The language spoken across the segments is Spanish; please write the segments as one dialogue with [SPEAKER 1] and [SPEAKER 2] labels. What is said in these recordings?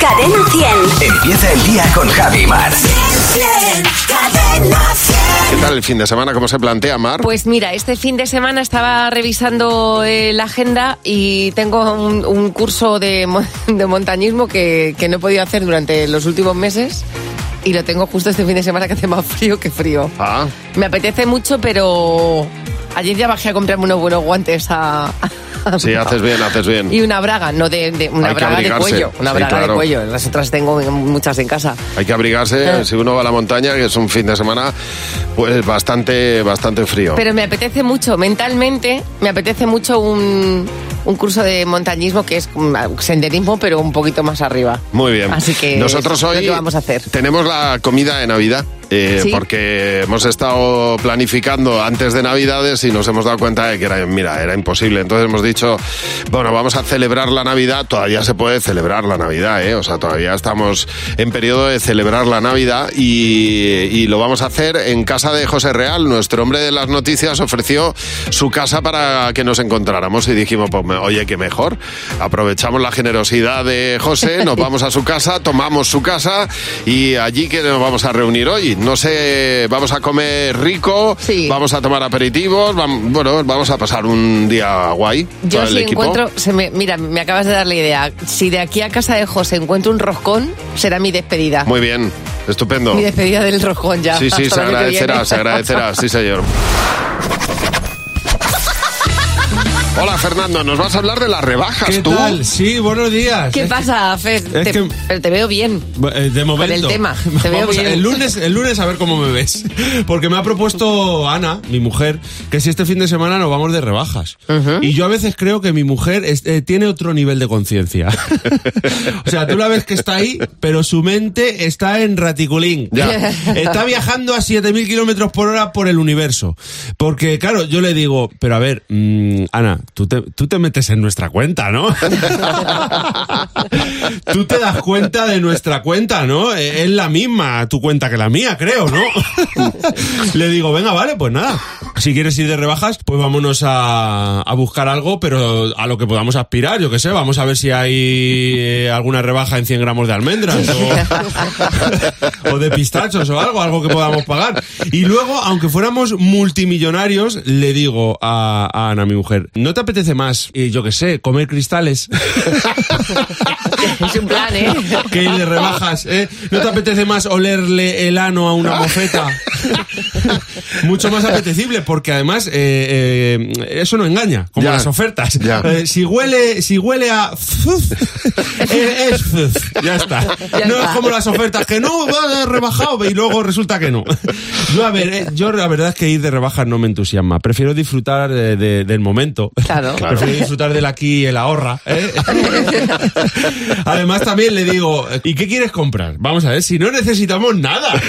[SPEAKER 1] Cadena 100.
[SPEAKER 2] Empieza el día con Javi Mar.
[SPEAKER 1] Cadena 100.
[SPEAKER 3] ¿Qué tal el fin de semana? ¿Cómo se plantea, Mar?
[SPEAKER 4] Pues mira, este fin de semana estaba revisando eh, la agenda y tengo un, un curso de, mo- de montañismo que, que no he podido hacer durante los últimos meses y lo tengo justo este fin de semana que hace más frío que frío.
[SPEAKER 3] Ah,
[SPEAKER 4] Me apetece mucho, pero ayer ya bajé a comprarme unos buenos guantes a...
[SPEAKER 3] sí, haces bien, haces bien.
[SPEAKER 4] Y una braga, no de, de- una
[SPEAKER 3] Hay que
[SPEAKER 4] braga de
[SPEAKER 3] abrigarse.
[SPEAKER 4] cuello, una
[SPEAKER 3] Sí,
[SPEAKER 4] braga
[SPEAKER 3] claro.
[SPEAKER 4] de cuello. Las otras tengo en- muchas en casa.
[SPEAKER 3] Hay que abrigarse
[SPEAKER 4] Ah.
[SPEAKER 3] si uno va a la montaña, que es un fin de semana pues bastante bastante frío.
[SPEAKER 4] Pero me apetece mucho, mentalmente, me apetece mucho un, un curso de montañismo que es mm, senderismo, pero un poquito más arriba.
[SPEAKER 3] Muy bien.
[SPEAKER 4] Así que
[SPEAKER 3] nosotros
[SPEAKER 4] es lo
[SPEAKER 3] hoy
[SPEAKER 4] que vamos a hacer.
[SPEAKER 3] tenemos la comida de Navidad. eh,
[SPEAKER 4] Sí.
[SPEAKER 3] Porque hemos estado planificando antes de Navidades y nos hemos dado cuenta de que era, mira, era imposible. Entonces hemos dicho, bueno, vamos a celebrar la Navidad. Todavía se puede celebrar la Navidad, ¿eh? O sea, todavía estamos en periodo de celebrar la Navidad y, y lo vamos a hacer en casa de José Real. Nuestro hombre de las noticias ofreció su casa para que nos encontráramos y dijimos, pues, me- oye, qué mejor. Aprovechamos la generosidad de José, nos vamos a su casa, tomamos su casa y allí que nos vamos a reunir hoy. No sé, vamos a comer rico,
[SPEAKER 4] Sí.
[SPEAKER 3] vamos a tomar aperitivos, vam- bueno, vamos a pasar un día guay.
[SPEAKER 4] Yo
[SPEAKER 3] todo el
[SPEAKER 4] si
[SPEAKER 3] equipo.
[SPEAKER 4] encuentro, se me, mira, me acabas de dar la idea. Si de aquí a casa de José encuentro un roscón, será mi despedida.
[SPEAKER 3] Muy bien, estupendo.
[SPEAKER 4] Mi despedida del roscón ya.
[SPEAKER 3] Sí, sí,
[SPEAKER 4] Hasta
[SPEAKER 3] se
[SPEAKER 4] el año que
[SPEAKER 3] agradecerá,
[SPEAKER 4] viene.
[SPEAKER 3] se agradecerá, sí señor. Hola Fernando, nos vas a hablar de las rebajas,
[SPEAKER 5] ¿Qué
[SPEAKER 3] tú.
[SPEAKER 5] tal? Sí, buenos días. ¿eh?
[SPEAKER 4] ¿Qué
[SPEAKER 5] Es
[SPEAKER 4] pasa, Fer?
[SPEAKER 5] es
[SPEAKER 4] Te,
[SPEAKER 5] que-
[SPEAKER 4] pero te veo bien.
[SPEAKER 5] que, eh, De momento.
[SPEAKER 4] el tema, te veo
[SPEAKER 5] Vamos a-
[SPEAKER 4] bien.
[SPEAKER 5] el, lunes, el lunes a ver cómo me ves. Porque me ha propuesto Ana, mi mujer, que si este fin de semana nos vamos de rebajas. Y yo a veces creo que mi mujer es- eh, tiene otro nivel de conciencia. o sea, tú la ves que está ahí, pero su mente está en raticulín.
[SPEAKER 3] Ya.
[SPEAKER 5] Está viajando a 7.000 kilómetros por hora por el universo. Porque, claro, yo le digo, pero a ver, mm, Ana, tú te, tú te metes en nuestra cuenta, ¿no? tú te das cuenta de nuestra cuenta, ¿no? Eh, Es la misma tu cuenta que la mía, creo, ¿no? le digo, venga, vale, pues nada. Si quieres ir de rebajas, pues vámonos a, a buscar algo, pero a lo que podamos aspirar, yo qué sé. Vamos a ver si hay eh, alguna rebaja en 100 gramos de almendras o, o de pistachos o algo, algo que podamos pagar. Y luego, aunque fuéramos multimillonarios, le digo a, a Ana, mi mujer, ¿no te apetece más, eh, yo qué sé, comer cristales?
[SPEAKER 4] Es un plan, ¿eh?
[SPEAKER 5] que le rebajas, ¿eh? ¿No te apetece más olerle el ano a una mofeta? Mucho más apetecible, porque además eh, eh, eso no engaña, como
[SPEAKER 3] Ya.
[SPEAKER 5] las ofertas.
[SPEAKER 3] Ya.
[SPEAKER 5] Eh, si huele, si huele a fuz, eh, es fuz. ya está.
[SPEAKER 4] Ya
[SPEAKER 5] no
[SPEAKER 4] está.
[SPEAKER 5] es como las ofertas que no va rebajado y luego resulta que no. Yo a ver, eh, yo la verdad es que ir de rebajas no me entusiasma. Prefiero disfrutar de- de- del momento.
[SPEAKER 4] Claro. Claro.
[SPEAKER 5] Prefiero disfrutar del aquí y el ahorra. ¿eh? Además, también le digo, ¿y qué quieres comprar? Vamos a ver, si no necesitamos nada.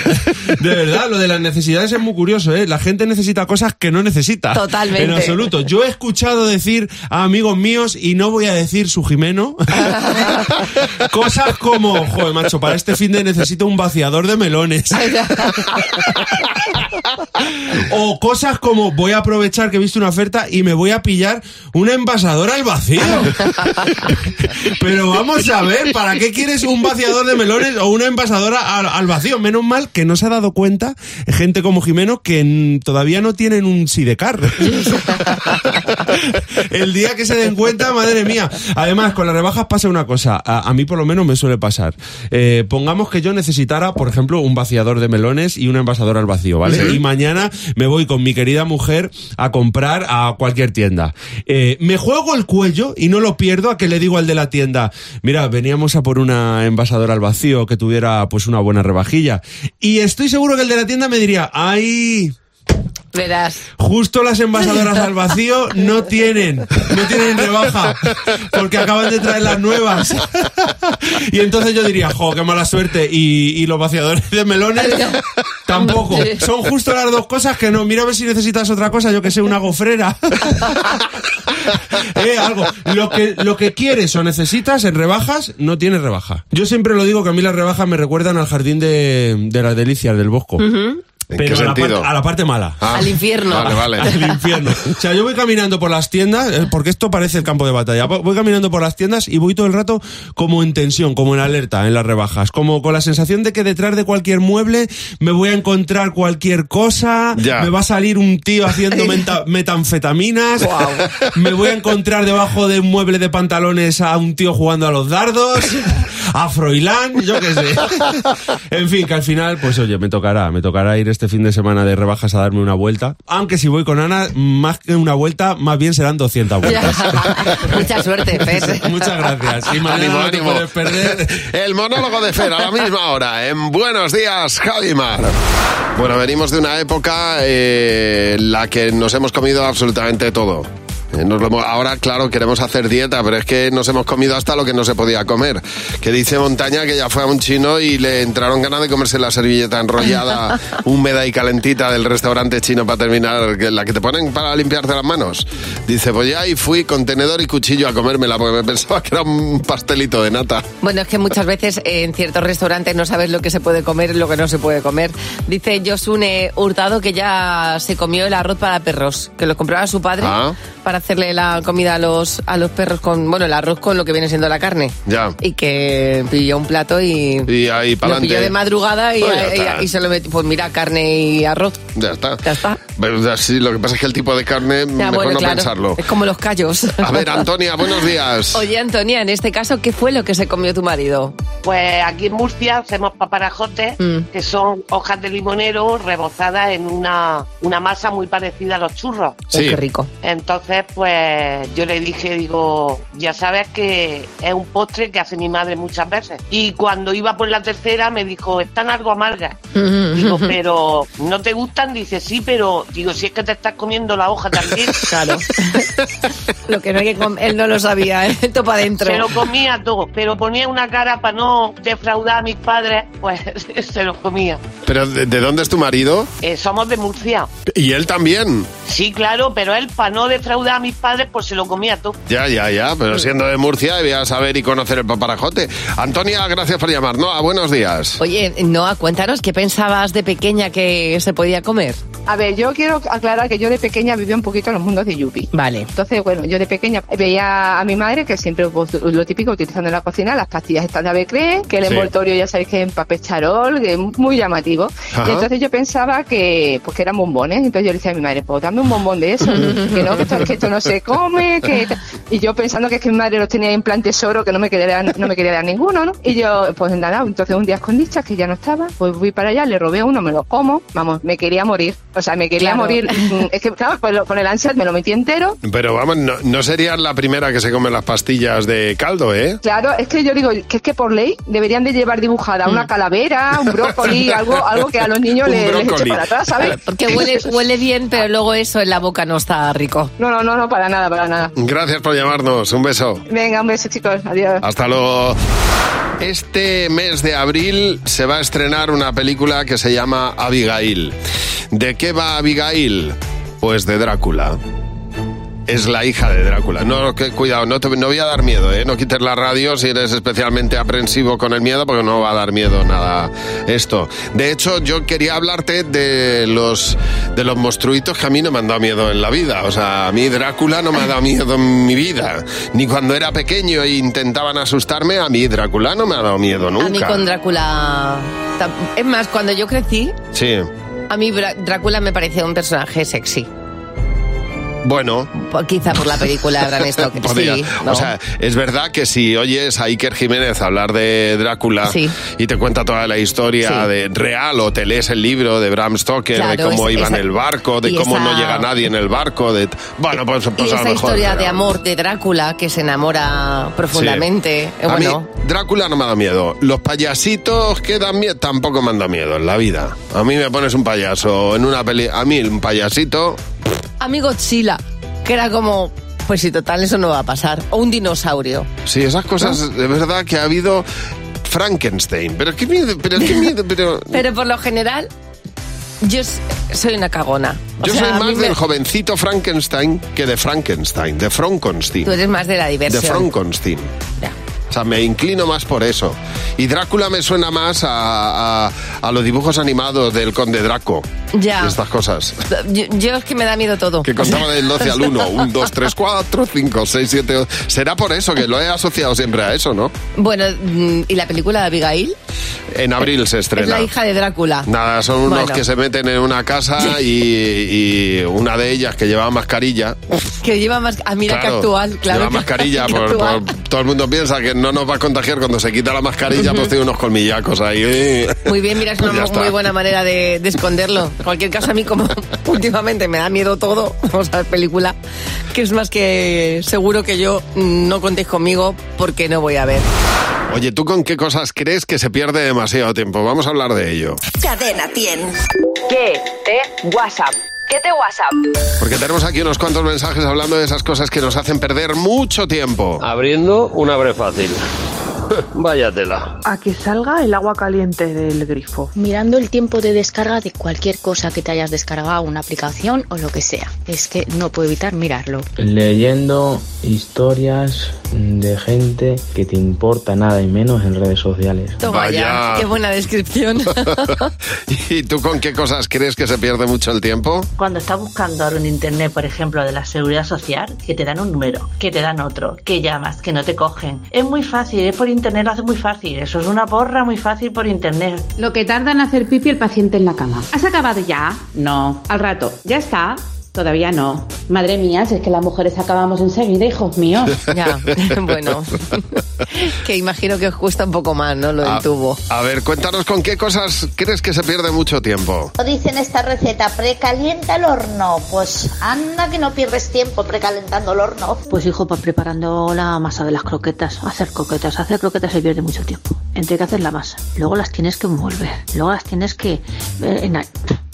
[SPEAKER 5] De verdad, lo de las necesidades es muy curioso, ¿eh? La gente necesita cosas que no necesita.
[SPEAKER 4] Totalmente.
[SPEAKER 5] En absoluto. Yo he escuchado decir a amigos míos, y no voy a decir su Jimeno, cosas como, joder, macho, para este fin de necesito un vaciador de melones. O cosas como voy a aprovechar que he visto una oferta y me voy a pillar una envasadora al vacío. Pero vamos a ver, ¿para qué quieres un vaciador de melones o una envasadora al, al vacío? Menos mal que no se ha dado cuenta gente como Jimeno que mm, todavía no tienen un sidecar. El día que se den cuenta, madre mía. Además, con las rebajas pasa una cosa. A, a mí por lo menos me suele pasar. Eh, pongamos que yo necesitara, por ejemplo, un vaciador de melones y una envasadora al vacío, ¿vale? Y mañana me voy con mi querida mujer a comprar a cualquier tienda. Eh, me juego el cuello y no lo pierdo a que le digo al de la tienda, mira, veníamos a por una envasadora al vacío que tuviera pues una buena rebajilla. Y estoy seguro que el de la tienda me diría, ay...
[SPEAKER 4] Verás.
[SPEAKER 5] Justo las envasadoras al vacío no tienen, no tienen rebaja, porque acaban de traer las nuevas. Y entonces yo diría, jo, qué mala suerte. Y, y los vaciadores de melones tampoco. Son justo las dos cosas que no. Mira a ver si necesitas otra cosa, yo que sé, una gofrera. Eh, algo. Lo que, lo que quieres o necesitas en rebajas, no tienes rebaja. Yo siempre lo digo que a mí las rebajas me recuerdan al jardín de, de las delicias del bosco.
[SPEAKER 3] ¿En
[SPEAKER 5] pero
[SPEAKER 3] qué
[SPEAKER 5] a la, parte,
[SPEAKER 3] sentido?
[SPEAKER 5] a la parte mala.
[SPEAKER 3] Ah,
[SPEAKER 4] Al infierno.
[SPEAKER 3] Vale, vale.
[SPEAKER 5] Al infierno. O sea, yo voy caminando por las tiendas, eh, porque esto parece el campo de batalla. Voy caminando por las tiendas y voy todo el rato como en tensión, como en alerta en las rebajas, como con la sensación de que detrás de cualquier mueble me voy a encontrar cualquier cosa,
[SPEAKER 3] Ya.
[SPEAKER 5] me va a salir un tío haciendo menta- metanfetaminas, me voy a encontrar debajo de un mueble de pantalones a un tío jugando a los dardos, a Froilán, yo qué sé. En fin, que al final, pues oye, me tocará, me tocará ir este fin de semana de rebajas a darme una vuelta. Aunque si voy con Ana, más que una vuelta, más bien serán 200 vueltas.
[SPEAKER 4] Mucha suerte, Fer.
[SPEAKER 5] Muchas gracias. Y mañana
[SPEAKER 3] Ánimo,
[SPEAKER 5] no te
[SPEAKER 3] ánimo.
[SPEAKER 5] puedes perder.
[SPEAKER 3] El monólogo de Fer a la misma hora. En Buenos días, Javimar. Bueno, venimos de una época eh, en la que nos hemos comido absolutamente todo. Eh, nos lo hemos- ahora, claro, queremos hacer dieta, pero es que nos hemos comido hasta lo que no se podía comer. Que dice Montaña que ya fue a un chino y le entraron ganas de comerse la servilleta enrollada, húmeda y calentita del restaurante chino para terminar, que- la que te ponen para limpiarte las manos. Dice, pues ya ahí fui con tenedor y cuchillo a comérmela porque me pensaba que era un pastelito de nata.
[SPEAKER 4] Bueno, es que muchas veces eh, en ciertos restaurantes no sabes lo que se puede comer y lo que no se puede comer. Dice Josune Hurtado que ya se comió el arroz para perros, que lo compraba su padre
[SPEAKER 3] Ah.
[SPEAKER 4] para hacerle la comida a los, a los perros con, bueno, el arroz con lo que viene siendo la carne.
[SPEAKER 3] Ya.
[SPEAKER 4] Y que pilló un plato y,
[SPEAKER 3] Y ahí para
[SPEAKER 4] lo pilló de madrugada y,
[SPEAKER 3] Pues ya está.
[SPEAKER 4] y- y se lo metió, pues mira, carne y arroz.
[SPEAKER 3] Ya está.
[SPEAKER 4] Ya está.
[SPEAKER 3] Pero, sí, lo que pasa es que el tipo de carne,
[SPEAKER 4] Ya,
[SPEAKER 3] mejor
[SPEAKER 4] bueno,
[SPEAKER 3] no
[SPEAKER 4] claro,
[SPEAKER 3] pensarlo.
[SPEAKER 4] Es como los callos.
[SPEAKER 3] A ver, Antonia, buenos días.
[SPEAKER 4] Oye, Antonia, en este caso, ¿qué fue lo que se comió tu marido?
[SPEAKER 1] Pues aquí en Murcia hacemos paparajotes,
[SPEAKER 4] Mm.
[SPEAKER 1] que son hojas de limonero rebozadas en una, una masa muy parecida a los churros.
[SPEAKER 4] Uy,
[SPEAKER 3] Sí.
[SPEAKER 4] qué rico.
[SPEAKER 1] Entonces, pues yo le dije, digo, ya sabes que es un postre que hace mi madre muchas veces. Y cuando iba por la tercera me dijo, están algo amargas. Digo, pero ¿no te gustan? Dice, sí, pero digo, si es que te estás comiendo la hoja también.
[SPEAKER 4] Claro. lo que no hay que comer, él no lo sabía, ¿eh? esto para adentro.
[SPEAKER 1] Se lo comía todo, pero ponía una cara para no defraudar a mis padres, pues se los comía.
[SPEAKER 3] Pero, ¿de, de dónde es tu marido?
[SPEAKER 1] Eh, somos de Murcia.
[SPEAKER 3] Y él también.
[SPEAKER 1] Sí, claro, pero él, para no defraudar a mis padres, pues se lo comía todo.
[SPEAKER 3] Ya, ya, ya. Pero siendo de Murcia, debía saber y conocer el paparajote. Antonia, gracias por llamar. No, buenos días.
[SPEAKER 4] Oye, Noa, cuéntanos, ¿qué pensabas de pequeña que se podía comer?
[SPEAKER 6] A ver, yo quiero aclarar que yo de pequeña vivía un poquito en los mundos de Yupi.
[SPEAKER 4] Vale.
[SPEAKER 6] Entonces, bueno, yo de pequeña veía a mi madre que siempre pues, lo típico utilizando en la cocina, las pastillas estas de Avecre, que el
[SPEAKER 3] Sí.
[SPEAKER 6] envoltorio ya sabéis que es en papel charol, que es muy llamativo.
[SPEAKER 3] Ajá.
[SPEAKER 6] Y entonces yo pensaba que pues que eran bombones, entonces yo le decía a mi madre, pues dame un bombón de eso, que no, que esto, que esto no se come, que ta-". y yo pensando que es que mi madre los tenía en plan tesoro, que no me quería dar, no me quería dar ninguno, ¿no? Y yo, pues nada, entonces un día con dichas que ya no estaba, pues fui para allá, le robé uno, me lo como, vamos, me quería morir, o sea, me quería
[SPEAKER 4] Claro.
[SPEAKER 6] morir, Mm, es que claro, pues, lo- con el ansia me lo metí entero
[SPEAKER 3] Pero vamos, no, no serías la primera que se come las pastillas de caldo, ¿eh?
[SPEAKER 6] Claro, es que yo digo que es que por ley deberían de llevar dibujada una calavera, Ah, un brócoli, algo, algo que a los niños
[SPEAKER 3] Mm. Un
[SPEAKER 6] le- les, eche
[SPEAKER 3] brócoli.
[SPEAKER 6] para atrás, ¿sabes?
[SPEAKER 4] Porque huele, huele bien, pero luego eso en la boca no está rico.
[SPEAKER 6] No, no, no, no, para nada, para nada.
[SPEAKER 3] Gracias por llamarnos. Un beso.
[SPEAKER 6] Venga, un beso, chicos. Adiós.
[SPEAKER 3] Hasta luego. Este mes de abril se va a estrenar una película que se llama Abigail. ¿De qué va Abigail? Pues de Drácula. Es la hija de Drácula. No, que, cuidado, no, te, no voy a dar miedo, ¿eh? No quites la radio si eres especialmente aprensivo con el miedo, porque no va a dar miedo nada esto. De hecho, yo quería hablarte de los, de los monstruitos que a mí no me han dado miedo en la vida. O sea, a mí Drácula no me ha dado miedo en mi vida. Ni cuando era pequeño e intentaban asustarme, a mí Drácula no me ha dado miedo nunca.
[SPEAKER 4] A mí con Drácula... tam- Es más, cuando yo crecí,
[SPEAKER 3] Sí.
[SPEAKER 4] a mí Bra- Drácula me parecía un personaje sexy.
[SPEAKER 3] Bueno,
[SPEAKER 4] Por- Quizá por la película de Bram Stoker.
[SPEAKER 3] Podría.
[SPEAKER 4] Sí, ¿no?
[SPEAKER 3] O sea, es verdad que si oyes a Iker Jiménez hablar de Drácula
[SPEAKER 4] Sí.
[SPEAKER 3] y te cuenta toda la historia
[SPEAKER 4] Sí.
[SPEAKER 3] de real o te lees el libro de Bram Stoker, de
[SPEAKER 4] Claro,
[SPEAKER 3] cómo
[SPEAKER 4] es-
[SPEAKER 3] iba en
[SPEAKER 4] esa-
[SPEAKER 3] el barco, de
[SPEAKER 4] y
[SPEAKER 3] cómo no
[SPEAKER 4] esa-
[SPEAKER 3] llega nadie en el barco, de bueno, pues,
[SPEAKER 4] y
[SPEAKER 3] pues
[SPEAKER 4] esa
[SPEAKER 3] a lo mejor,
[SPEAKER 4] historia de
[SPEAKER 3] pero-
[SPEAKER 4] amor de Drácula que se enamora profundamente.
[SPEAKER 3] Sí.
[SPEAKER 4] eh,
[SPEAKER 3] A mí,
[SPEAKER 4] bueno,
[SPEAKER 3] Drácula no me ha dado miedo. Los payasitos que dan miedo tampoco me han dado miedo en la vida. A mí me pones un payaso en una peli. A mí un payasito
[SPEAKER 4] amigo Chila, que era como, pues si total eso no va a pasar. O un dinosaurio.
[SPEAKER 3] Sí, esas cosas, de verdad que ha habido Frankenstein. Pero qué miedo, pero qué miedo, pero...
[SPEAKER 4] Pero por lo general, yo s- soy una cagona. O
[SPEAKER 3] Yo
[SPEAKER 4] sea,
[SPEAKER 3] soy
[SPEAKER 4] a mí
[SPEAKER 3] más
[SPEAKER 4] me-
[SPEAKER 3] del jovencito Frankenstein que de Frankenstein, de Frankenstein.
[SPEAKER 4] Tú eres más de la
[SPEAKER 3] De
[SPEAKER 4] diversión.
[SPEAKER 3] Frankenstein.
[SPEAKER 4] Ya.
[SPEAKER 3] O sea, me inclino más por eso. Y Drácula me suena más a, a- a los dibujos animados del Conde Draco.
[SPEAKER 4] Ya.
[SPEAKER 3] Y estas cosas.
[SPEAKER 4] Yo, yo es que me da miedo todo.
[SPEAKER 3] Que contaba del 12 al 1. 1, 2, 3, 4, 5, 6, 7, 8. Será por eso que lo he asociado siempre a eso, ¿no?
[SPEAKER 4] Bueno, mm, ¿y la película de Abigail?
[SPEAKER 3] En abril se estrena.
[SPEAKER 4] Es la hija de Drácula.
[SPEAKER 3] Nada, son unos
[SPEAKER 4] Bueno.
[SPEAKER 3] que se meten en una casa y, y una de ellas que llevaba mascarilla.
[SPEAKER 4] Que lleva más... Ah, mira que
[SPEAKER 3] Claro,
[SPEAKER 4] actual, claro.
[SPEAKER 3] Lleva
[SPEAKER 4] que-
[SPEAKER 3] mascarilla.
[SPEAKER 4] que
[SPEAKER 3] por-
[SPEAKER 4] actual.
[SPEAKER 3] por- todo el mundo piensa que no nos va a contagiar cuando se quita la mascarilla, pues tiene unos colmillacos ahí.
[SPEAKER 4] Muy bien, mira, es una
[SPEAKER 3] Pues Ya está.
[SPEAKER 4] muy buena manera de, de esconderlo. En cualquier caso, a mí como últimamente me da miedo todo, vamos a ver película, que es más que seguro que yo mm, no contéis conmigo porque no voy a ver.
[SPEAKER 3] Oye, ¿tú con qué cosas crees que se pierde demasiado tiempo? Vamos a hablar de ello.
[SPEAKER 7] Cadena 100.
[SPEAKER 8] ¿Qué te WhatsApp? ¿Qué te WhatsApp?
[SPEAKER 3] Porque tenemos aquí unos cuantos mensajes hablando de esas cosas que nos hacen perder mucho tiempo.
[SPEAKER 9] Abriendo una abre fácil. Váyatela.
[SPEAKER 10] A que salga el agua caliente del grifo.
[SPEAKER 11] Mirando el tiempo de descarga de cualquier cosa que te hayas descargado, una aplicación o lo que sea. Es que no puedo evitar mirarlo.
[SPEAKER 12] Leyendo historias de gente que te importa nada y menos en redes sociales.
[SPEAKER 4] Toma
[SPEAKER 3] Vaya.
[SPEAKER 4] ya, qué buena descripción.
[SPEAKER 3] ¿Y tú con qué cosas crees que se pierde mucho el tiempo?
[SPEAKER 1] Cuando estás buscando ahora en internet, por ejemplo, de la seguridad social, que te dan un número, que te dan otro, que llamas, que no te cogen. Es muy fácil, es por internet, lo hace muy fácil. Eso es una porra muy fácil por internet.
[SPEAKER 13] Lo que tarda en hacer pipi el paciente en la cama. ¿Has acabado ya? No. Al rato. ¿Ya está? Todavía no. Madre mía, si es que las mujeres acabamos enseguida, hijos míos.
[SPEAKER 4] ya, bueno. que imagino que os cuesta un poco más, ¿no? Lo del
[SPEAKER 3] Ah.
[SPEAKER 4] tubo.
[SPEAKER 3] A ver, cuéntanos con qué cosas crees que se pierde mucho tiempo.
[SPEAKER 14] Dicen esta receta, precalienta el horno. Pues anda que no pierdes tiempo precalentando el horno.
[SPEAKER 15] Pues hijo, pues preparando la masa de las croquetas, hacer croquetas, hacer croquetas se pierde mucho tiempo. Entre que haces la masa, luego las tienes que envolver, luego las tienes que... eh, en la-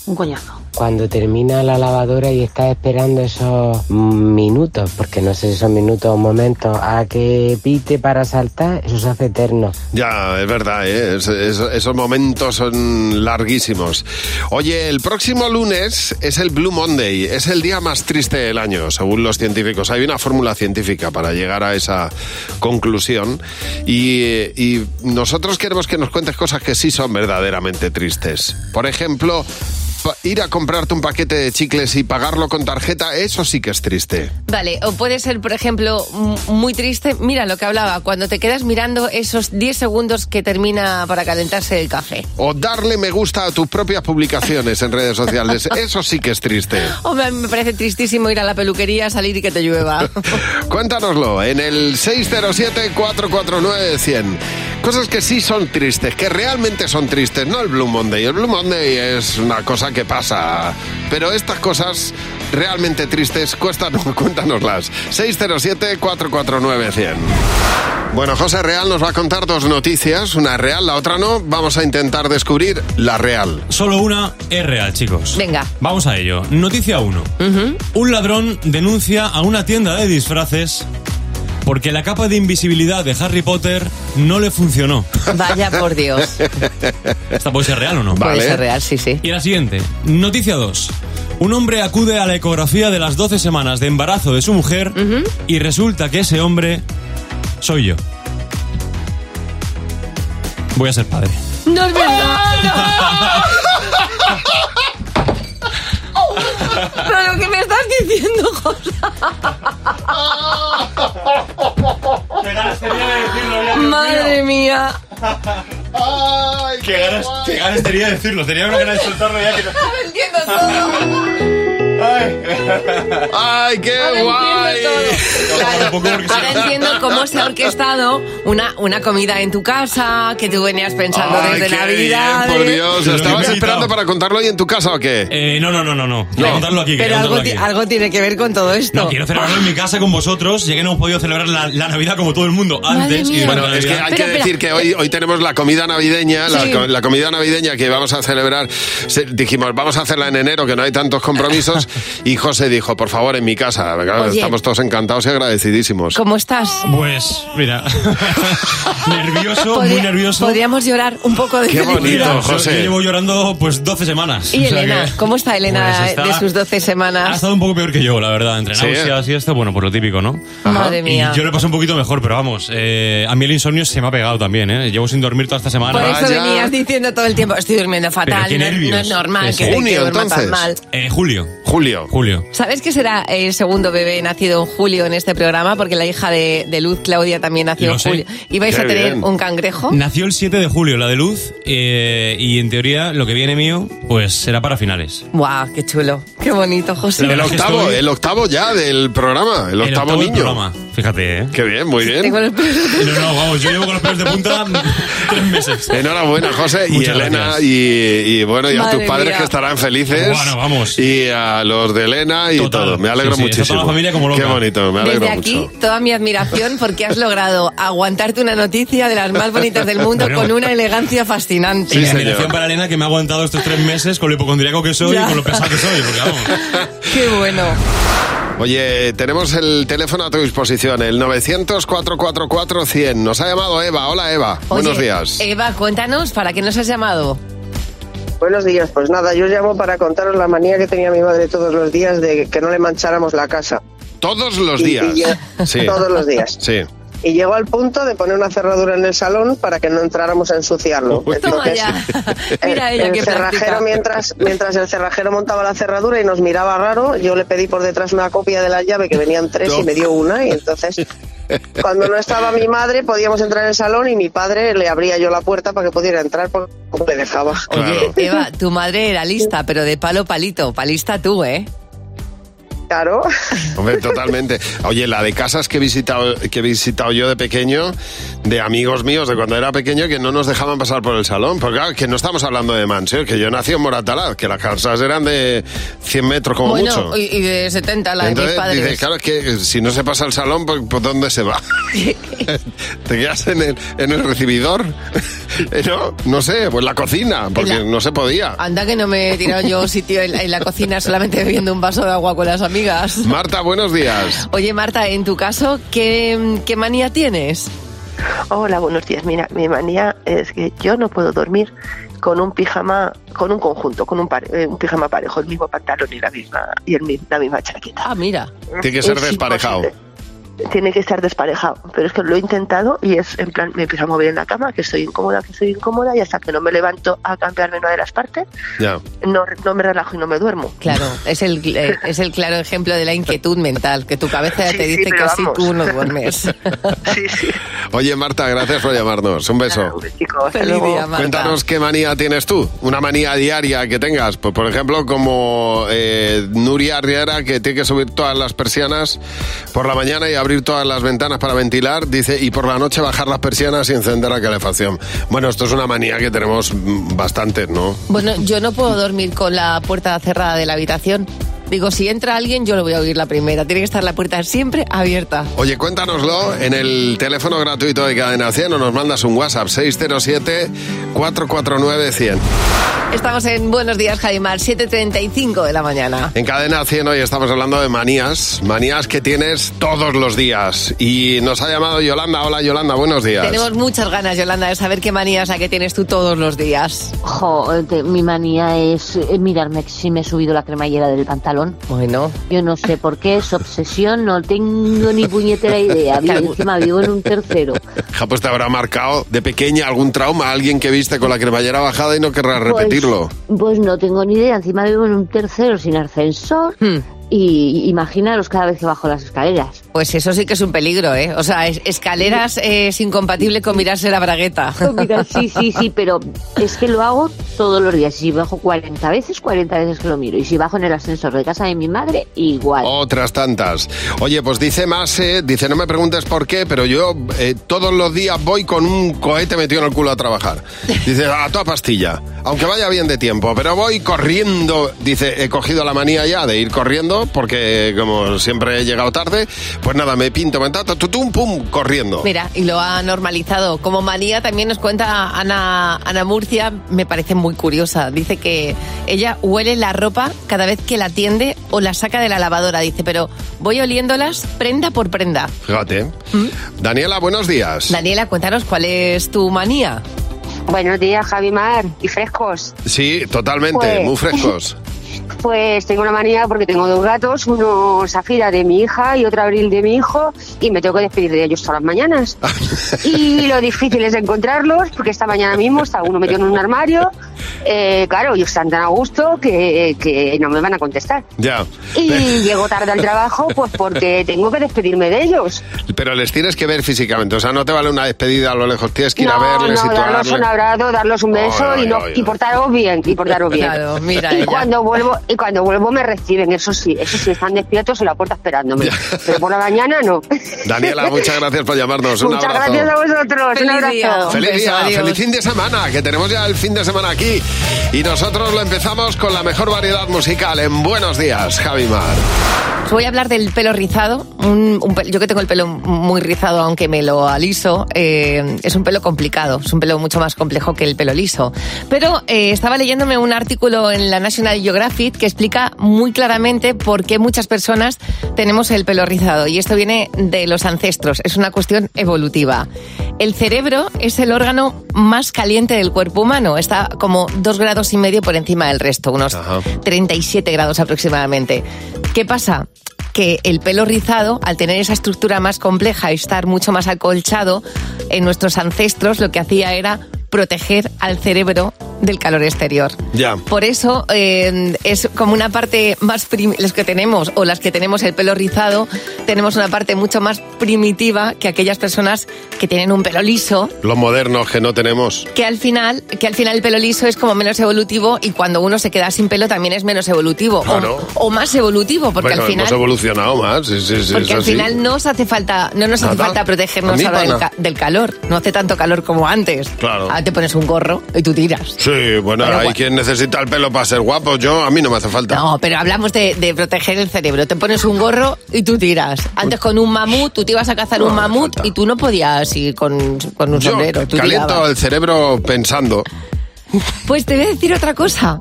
[SPEAKER 15] un coñazo.
[SPEAKER 16] Cuando termina la lavadora y estás esperando esos minutos, porque no sé si son minutos o momentos, a que pite para saltar, eso se hace eterno.
[SPEAKER 3] Ya, es verdad, ¿eh? Es- es- esos momentos son larguísimos. Oye, el próximo lunes es el Blue Monday, es el día más triste del año, según los científicos. Hay una fórmula científica para llegar a esa conclusión y, eh, y nosotros queremos que nos cuentes cosas que sí son verdaderamente tristes. Por ejemplo, pa- ir a comprarte un paquete de chicles y pagarlo con tarjeta, eso sí que es triste.
[SPEAKER 4] Vale, o puede ser, por ejemplo, m- muy triste. Mira lo que hablaba, cuando te quedas mirando esos 10 segundos que termina para calentarse el café.
[SPEAKER 3] O darle me gusta a tus propias publicaciones en redes sociales, eso sí que es triste.
[SPEAKER 4] Hombre, a mí me parece tristísimo ir a la peluquería, salir y que te llueva.
[SPEAKER 3] Cuéntanoslo en el 607-449-100. Cosas que sí son tristes, que realmente son tristes, no el Blue Monday. El Blue Monday es una cosa que pasa. Pero estas cosas realmente tristes, cuéntanos, cuéntanoslas. 607-449-100. Bueno, José Real nos va a contar dos noticias, una real, la otra no. Vamos a intentar descubrir la real.
[SPEAKER 17] Solo una es real, chicos.
[SPEAKER 4] Venga.
[SPEAKER 17] Vamos a ello. Noticia 1. Un ladrón denuncia a una tienda de disfraces porque la capa de invisibilidad de Harry Potter no le funcionó.
[SPEAKER 4] Vaya por Dios.
[SPEAKER 17] ¿Esta puede ser real o no?
[SPEAKER 4] Puede Vale. ser real, sí, sí.
[SPEAKER 17] Y la siguiente. Noticia 2. Un hombre acude a la ecografía de las 12 semanas de embarazo de su mujer y resulta que ese hombre soy yo. Voy a ser padre.
[SPEAKER 4] ¡No es verdad! ¿Pero qué me estás diciendo, José? Madre mía.
[SPEAKER 3] Ay,
[SPEAKER 17] qué ganas, qué ganas tenía de decirlo, tenía una ganas de soltarlo ya que no.
[SPEAKER 4] entiendo todo.
[SPEAKER 3] Ay, qué
[SPEAKER 4] Ahora
[SPEAKER 3] guay.
[SPEAKER 4] entiendo Ahora entiendo cómo se ha orquestado una, una comida en tu casa que tú venías pensando
[SPEAKER 3] Ay,
[SPEAKER 4] desde
[SPEAKER 3] qué
[SPEAKER 4] Navidad.
[SPEAKER 3] bien, por
[SPEAKER 4] ¿eh?
[SPEAKER 3] Dios, ¿estabas esperando para contarlo hoy en tu casa o qué?
[SPEAKER 17] Eh, no, no, no, no, no. Quiero contarlo aquí, quiero
[SPEAKER 4] Pero algo,
[SPEAKER 17] contarlo
[SPEAKER 4] ti-
[SPEAKER 17] aquí.
[SPEAKER 4] algo tiene que ver con todo esto.
[SPEAKER 17] No, quiero celebrarlo en mi casa con vosotros, ya que no hemos podido celebrar la, la Navidad como todo el mundo
[SPEAKER 4] Madre
[SPEAKER 17] antes.
[SPEAKER 4] mía.
[SPEAKER 17] durante
[SPEAKER 3] Eh, Bueno, es que
[SPEAKER 17] Navidad.
[SPEAKER 3] hay que decir que hoy, hoy tenemos la comida navideña, la,
[SPEAKER 17] Sí.
[SPEAKER 3] co- la comida navideña que vamos a celebrar. Se- dijimos, vamos a hacerla en enero, que no hay tantos compromisos, Y José dijo, por favor, en mi casa. Claro,
[SPEAKER 4] Oye.
[SPEAKER 3] estamos todos encantados y agradecidísimos.
[SPEAKER 4] ¿Cómo estás?
[SPEAKER 3] Pues, mira.
[SPEAKER 5] nervioso, muy
[SPEAKER 4] Podría-
[SPEAKER 5] nervioso.
[SPEAKER 4] Podríamos llorar un poco de
[SPEAKER 5] Qué
[SPEAKER 4] felicidad.
[SPEAKER 5] bonito,
[SPEAKER 4] Mira,
[SPEAKER 5] José.
[SPEAKER 17] Yo llevo llorando pues 12 semanas.
[SPEAKER 4] Y
[SPEAKER 17] O sea
[SPEAKER 4] Elena,
[SPEAKER 17] que
[SPEAKER 4] ¿cómo está Elena
[SPEAKER 17] Pues está-
[SPEAKER 4] de sus 12
[SPEAKER 17] Ha
[SPEAKER 4] semanas?
[SPEAKER 17] estado un poco peor que yo, la verdad. Entre
[SPEAKER 3] eh.
[SPEAKER 17] náuseas y esto, bueno, por lo típico, ¿no?
[SPEAKER 4] Madre mía.
[SPEAKER 17] Y yo le pasé un poquito mejor, pero vamos, eh, a mí el insomnio se me ha pegado también, ¿eh? Llevo sin dormir toda esta semana.
[SPEAKER 4] Por eso venías diciendo todo el tiempo, estoy durmiendo
[SPEAKER 17] Pero
[SPEAKER 4] fatal,
[SPEAKER 17] qué
[SPEAKER 4] no,
[SPEAKER 17] nervios.
[SPEAKER 4] no es normal
[SPEAKER 17] Sí,
[SPEAKER 4] que,
[SPEAKER 17] sí.
[SPEAKER 4] que duerma tan mal.
[SPEAKER 17] Eh, julio.
[SPEAKER 3] Julio.
[SPEAKER 17] Julio.
[SPEAKER 4] ¿Sabes que será el segundo bebé nacido en julio en este programa? Porque la hija de, de Luz, Claudia, también nació
[SPEAKER 17] Lo
[SPEAKER 4] en
[SPEAKER 17] sé.
[SPEAKER 4] julio. ¿Y vais
[SPEAKER 17] Qué
[SPEAKER 4] a tener
[SPEAKER 17] bien.
[SPEAKER 4] un cangrejo?
[SPEAKER 17] Nació el 7 de julio, la de luz, eh, y en teoría lo que viene mío, pues será para finales.
[SPEAKER 4] ¡Guau, qué chulo! ¡Qué bonito, José!
[SPEAKER 3] El octavo, el octavo ya del programa, el octavo,
[SPEAKER 17] octavo del
[SPEAKER 3] niño.
[SPEAKER 17] programa, Fíjate, ¿eh?
[SPEAKER 3] Qué bien, muy bien.
[SPEAKER 4] Tengo los pelos-
[SPEAKER 17] No, no, vamos, yo llevo con los pelos de punta tres meses.
[SPEAKER 3] Enhorabuena, José y
[SPEAKER 17] Muchas
[SPEAKER 3] Elena
[SPEAKER 17] gracias.
[SPEAKER 3] y, y bueno, y a
[SPEAKER 17] Madre
[SPEAKER 3] tus padres
[SPEAKER 17] mía.
[SPEAKER 3] que estarán felices.
[SPEAKER 17] Bueno, vamos.
[SPEAKER 3] Y a los de Elena y
[SPEAKER 17] Total.
[SPEAKER 3] todo. Me alegro
[SPEAKER 17] Sí, sí, está
[SPEAKER 3] muchísimo.
[SPEAKER 17] toda la familia como loca.
[SPEAKER 3] Qué bonito, me alegro
[SPEAKER 4] Desde aquí,
[SPEAKER 3] mucho.
[SPEAKER 4] toda mi admiración porque has logrado aguantarte una noticia de las más bonitas del mundo
[SPEAKER 17] Bueno.
[SPEAKER 4] con una elegancia fascinante.
[SPEAKER 17] y admiración para Elena que me ha aguantado estos tres meses con lo hipocondriaco que soy
[SPEAKER 4] Ya.
[SPEAKER 17] y con lo pesado que soy, porque vamos.
[SPEAKER 4] ¡Qué bueno!
[SPEAKER 3] Oye, tenemos el teléfono a tu disposición, el 900-444-100. Nos ha llamado Eva. Hola, Eva. Buenos
[SPEAKER 4] Oye,
[SPEAKER 3] días.
[SPEAKER 4] Eva, cuéntanos, ¿para qué nos has llamado?
[SPEAKER 18] Buenos días, pues nada, yo os llamo para contaros la manía que tenía mi madre todos los días de que no le mancháramos la casa.
[SPEAKER 3] Todos los
[SPEAKER 18] Y- y
[SPEAKER 3] días.
[SPEAKER 18] ya-
[SPEAKER 3] Sí.
[SPEAKER 18] Todos los días.
[SPEAKER 3] Sí.
[SPEAKER 18] Y llegó al punto de poner una cerradura en el salón para que no entráramos a ensuciarlo. Entonces,
[SPEAKER 4] Mira
[SPEAKER 18] el,
[SPEAKER 4] ella qué práctica.
[SPEAKER 18] cerrajero, mientras, mientras el cerrajero montaba la cerradura y nos miraba raro, yo le pedí por detrás una copia de la llave, que venían tres, y me dio una, y entonces... Cuando no estaba mi madre, podíamos entrar en el salón y mi padre le abría yo la puerta para que pudiera entrar porque no le dejaba.
[SPEAKER 4] Oye, Eva, tu madre era lista, pero de palo palito. Palista tú, ¿eh?
[SPEAKER 18] Claro.
[SPEAKER 3] Hombre, totalmente. Oye, la de casas que he visitado, que he visitado yo de pequeño, de amigos míos de cuando era pequeño, que no nos dejaban pasar por el salón. Porque claro, que no estamos hablando de mansión, que yo nací en Moratalaz, que las casas eran de 100 metros como
[SPEAKER 4] bueno,
[SPEAKER 3] mucho.
[SPEAKER 4] Y, y de 70 la
[SPEAKER 3] Entonces
[SPEAKER 4] de mis padres.
[SPEAKER 3] dices, claro, es que eh, si no se pasa el salón, pues, pues, ¿dónde se va? ¿Te quedas en el, en el recibidor? Eh, no, no sé, pues la cocina, porque no se podía.
[SPEAKER 4] Anda que no me he tirado yo sitio en, en la cocina solamente bebiendo un vaso de agua con las amigas.
[SPEAKER 3] Marta, buenos días.
[SPEAKER 4] Oye, Marta, en tu caso, ¿qué, qué manía tienes?
[SPEAKER 19] Hola, buenos días. Mira, mi manía es que yo no puedo dormir con un pijama, con un conjunto, con un, pare- eh, un pijama parejo, el mismo pantalón y la misma y el mi- la misma chaqueta.
[SPEAKER 4] Ah, mira.
[SPEAKER 3] Tiene que ser
[SPEAKER 19] Es
[SPEAKER 3] desparejado.
[SPEAKER 19] Tiene que estar desparejado, pero es que lo he intentado y es en plan, me empiezo a mover en la cama, que estoy incómoda, que estoy incómoda y hasta que no me levanto a cambiarme una de las partes,
[SPEAKER 3] Ya.
[SPEAKER 19] no, no me relajo y no me duermo.
[SPEAKER 4] Claro, es el, eh, es el claro ejemplo de la inquietud mental, que tu cabeza ya
[SPEAKER 19] Sí,
[SPEAKER 4] te
[SPEAKER 19] sí,
[SPEAKER 4] dice que
[SPEAKER 19] pero
[SPEAKER 4] así
[SPEAKER 19] vamos.
[SPEAKER 4] tú no duermes.
[SPEAKER 3] Oye, Marta, gracias por llamarnos. Un beso.
[SPEAKER 4] Feliz día, Marta.
[SPEAKER 3] Cuéntanos qué manía tienes tú, una manía diaria que tengas. Pues, por ejemplo, como eh, Nuria Riera, que tiene que subir todas las persianas por la mañana y abrir todas las ventanas para ventilar, dice, y por la noche bajar las persianas y encender la calefacción. Bueno, esto es una manía que tenemos mm, bastantes, ¿no?
[SPEAKER 4] Bueno, yo no puedo dormir con la puerta cerrada de la habitación. Digo, si entra alguien, yo lo voy a oír la primera. Tiene que estar la puerta siempre abierta.
[SPEAKER 3] Oye, cuéntanoslo en el teléfono gratuito de Cadena 100 o nos mandas un WhatsApp 607-449-100.
[SPEAKER 4] Estamos en Buenos Días, Jaimar, 7.35 de la mañana.
[SPEAKER 3] En Cadena 100 hoy estamos hablando de manías, manías que tienes todos los días. Y nos ha llamado Yolanda. Hola Yolanda, buenos días.
[SPEAKER 4] Tenemos muchas ganas, Yolanda, de saber qué manía es la que tienes tú todos los días.
[SPEAKER 20] Jo, de- mi manía es eh, mirarme si me he subido la cremallera del pantalón.
[SPEAKER 4] Bueno.
[SPEAKER 20] Yo no sé por qué, es obsesión, no tengo ni puñetera idea. Vi- Encima vivo en un tercero.
[SPEAKER 3] Ja, pues te habrá marcado de pequeña algún trauma, alguien que viste con la cremallera bajada y no querrás
[SPEAKER 20] Pues-
[SPEAKER 3] repetirlo.
[SPEAKER 20] Pues no tengo ni idea, encima vivo en un tercero sin ascensor.
[SPEAKER 4] Hmm.
[SPEAKER 20] Y imaginaros cada vez que bajo las escaleras.
[SPEAKER 4] Pues eso sí que es un peligro, ¿eh? O sea, es- escaleras eh, es incompatible con mirarse la bragueta.
[SPEAKER 20] Mira, sí, sí, sí, pero es que lo hago todos los días. Si bajo 40 veces, 40 veces que lo miro. Y si bajo en el ascensor de casa de mi madre, igual.
[SPEAKER 3] Otras tantas. Oye, pues dice más, dice, no me preguntes por qué, pero yo eh, todos los días voy con un cohete metido en el culo a trabajar. Dice, a toda pastilla, aunque vaya bien de tiempo, pero voy corriendo. Dice, he cogido la manía ya de ir corriendo, porque eh, como siempre he llegado tarde, pues nada, me pinto, me tato, tutum, pum, corriendo.
[SPEAKER 4] Mira, y lo ha normalizado. Como manía también nos cuenta Ana, Ana Murcia, me parece muy muy curiosa. Dice que ella huele la ropa cada vez que la tiende o la saca de la lavadora. Dice, pero voy oliéndolas prenda por prenda.
[SPEAKER 3] Fíjate. Daniela, buenos días.
[SPEAKER 4] Daniela, cuéntanos cuál es tu manía.
[SPEAKER 8] Buenos días, Javimar, y frescos.
[SPEAKER 3] Sí, totalmente,
[SPEAKER 8] Pues-
[SPEAKER 3] muy frescos.
[SPEAKER 8] Pues tengo una manía porque tengo dos gatos, uno Zafira de mi hija y otro Abril de mi hijo, y me tengo que despedir de ellos todas las mañanas. y lo difícil es encontrarlos, porque esta mañana mismo está uno metido en un armario. Eh, claro, ellos están tan a gusto que, que no me van a contestar.
[SPEAKER 3] Ya.
[SPEAKER 8] Y llego tarde al trabajo, pues porque tengo que despedirme de ellos.
[SPEAKER 3] Pero les tienes que ver físicamente, o sea, no te vale una despedida a lo lejos, tienes que ir a
[SPEAKER 8] no,
[SPEAKER 3] Pues verles
[SPEAKER 8] no,
[SPEAKER 3] y tú a
[SPEAKER 8] darles un
[SPEAKER 3] darle-
[SPEAKER 8] abrazo, darles un beso
[SPEAKER 3] Ay,
[SPEAKER 8] y, no,
[SPEAKER 3] ay, ay,
[SPEAKER 8] y portaros bien, y portaros bien.
[SPEAKER 3] Claro, mira
[SPEAKER 8] y
[SPEAKER 3] ella.
[SPEAKER 8] cuando vuelvo y cuando vuelvo me reciben, eso sí, eso sí están despiertos en la puerta esperándome, pero por la mañana no.
[SPEAKER 3] Daniela, muchas gracias por llamarnos. Pues Un
[SPEAKER 8] Muchas
[SPEAKER 3] abrazo.
[SPEAKER 8] gracias a vosotros, un
[SPEAKER 4] Feliz
[SPEAKER 8] abrazo.
[SPEAKER 4] día.
[SPEAKER 3] Feliz
[SPEAKER 4] beso,
[SPEAKER 3] día,
[SPEAKER 4] adiós.
[SPEAKER 3] feliz fin de semana, que tenemos ya el fin de semana aquí. Y nosotros lo empezamos con la mejor variedad musical en Buenos Días, Javi Mar.
[SPEAKER 4] Os voy a hablar del pelo rizado. Un- un pel- yo que tengo el pelo muy rizado, aunque me lo aliso, eh, es un pelo complicado, es un pelo mucho más complejo que el pelo liso. Pero eh, estaba leyéndome un artículo en la National Geographic que explica muy claramente por qué muchas personas tenemos el pelo rizado. Y esto viene de los ancestros, es una cuestión evolutiva. El cerebro es el órgano más caliente del cuerpo humano, está como dos grados y medio por encima del resto, unos 37 grados aproximadamente. ¿Qué pasa? Que el pelo rizado, al tener esa estructura más compleja y estar mucho más acolchado, en nuestros ancestros lo que hacía era proteger al cerebro del calor exterior.
[SPEAKER 3] Ya.
[SPEAKER 4] Por eso eh, es como una parte más prim- los que tenemos o las que tenemos el pelo rizado tenemos una parte mucho más primitiva que aquellas personas que tienen un pelo liso
[SPEAKER 3] Los modernos que no tenemos.
[SPEAKER 4] que al final que al final el pelo liso es como menos evolutivo y cuando uno se queda sin pelo también es menos evolutivo o-
[SPEAKER 3] Claro.
[SPEAKER 4] o, más evolutivo porque
[SPEAKER 3] Bueno,
[SPEAKER 4] al final
[SPEAKER 3] hemos evolucionado más. Sí, sí, sí,
[SPEAKER 4] porque
[SPEAKER 3] eso
[SPEAKER 4] al
[SPEAKER 3] sí.
[SPEAKER 4] final no os hace falta, no nos hace
[SPEAKER 3] Nada.
[SPEAKER 4] falta
[SPEAKER 3] A
[SPEAKER 4] protegernos
[SPEAKER 3] mí
[SPEAKER 4] ahora del,
[SPEAKER 3] pana.
[SPEAKER 4] ca- del calor. No hace tanto calor como antes.
[SPEAKER 3] Claro.
[SPEAKER 4] Ahora te pones un gorro y tú tiras.
[SPEAKER 3] Sí, bueno,
[SPEAKER 4] Pero
[SPEAKER 3] hay
[SPEAKER 4] gua-
[SPEAKER 3] quien necesita el pelo para ser guapo. Yo, a mí no me hace falta.
[SPEAKER 4] No, pero hablamos de, de proteger el cerebro. Te pones un gorro y tú tiras. Antes con un mamut, tú te ibas a cazar un mamut y tú no podías ir con, con un
[SPEAKER 3] Yo
[SPEAKER 4] sombrero. Tú
[SPEAKER 3] caliento
[SPEAKER 4] tirabas.
[SPEAKER 3] el cerebro pensando.
[SPEAKER 4] Pues te voy a decir otra cosa.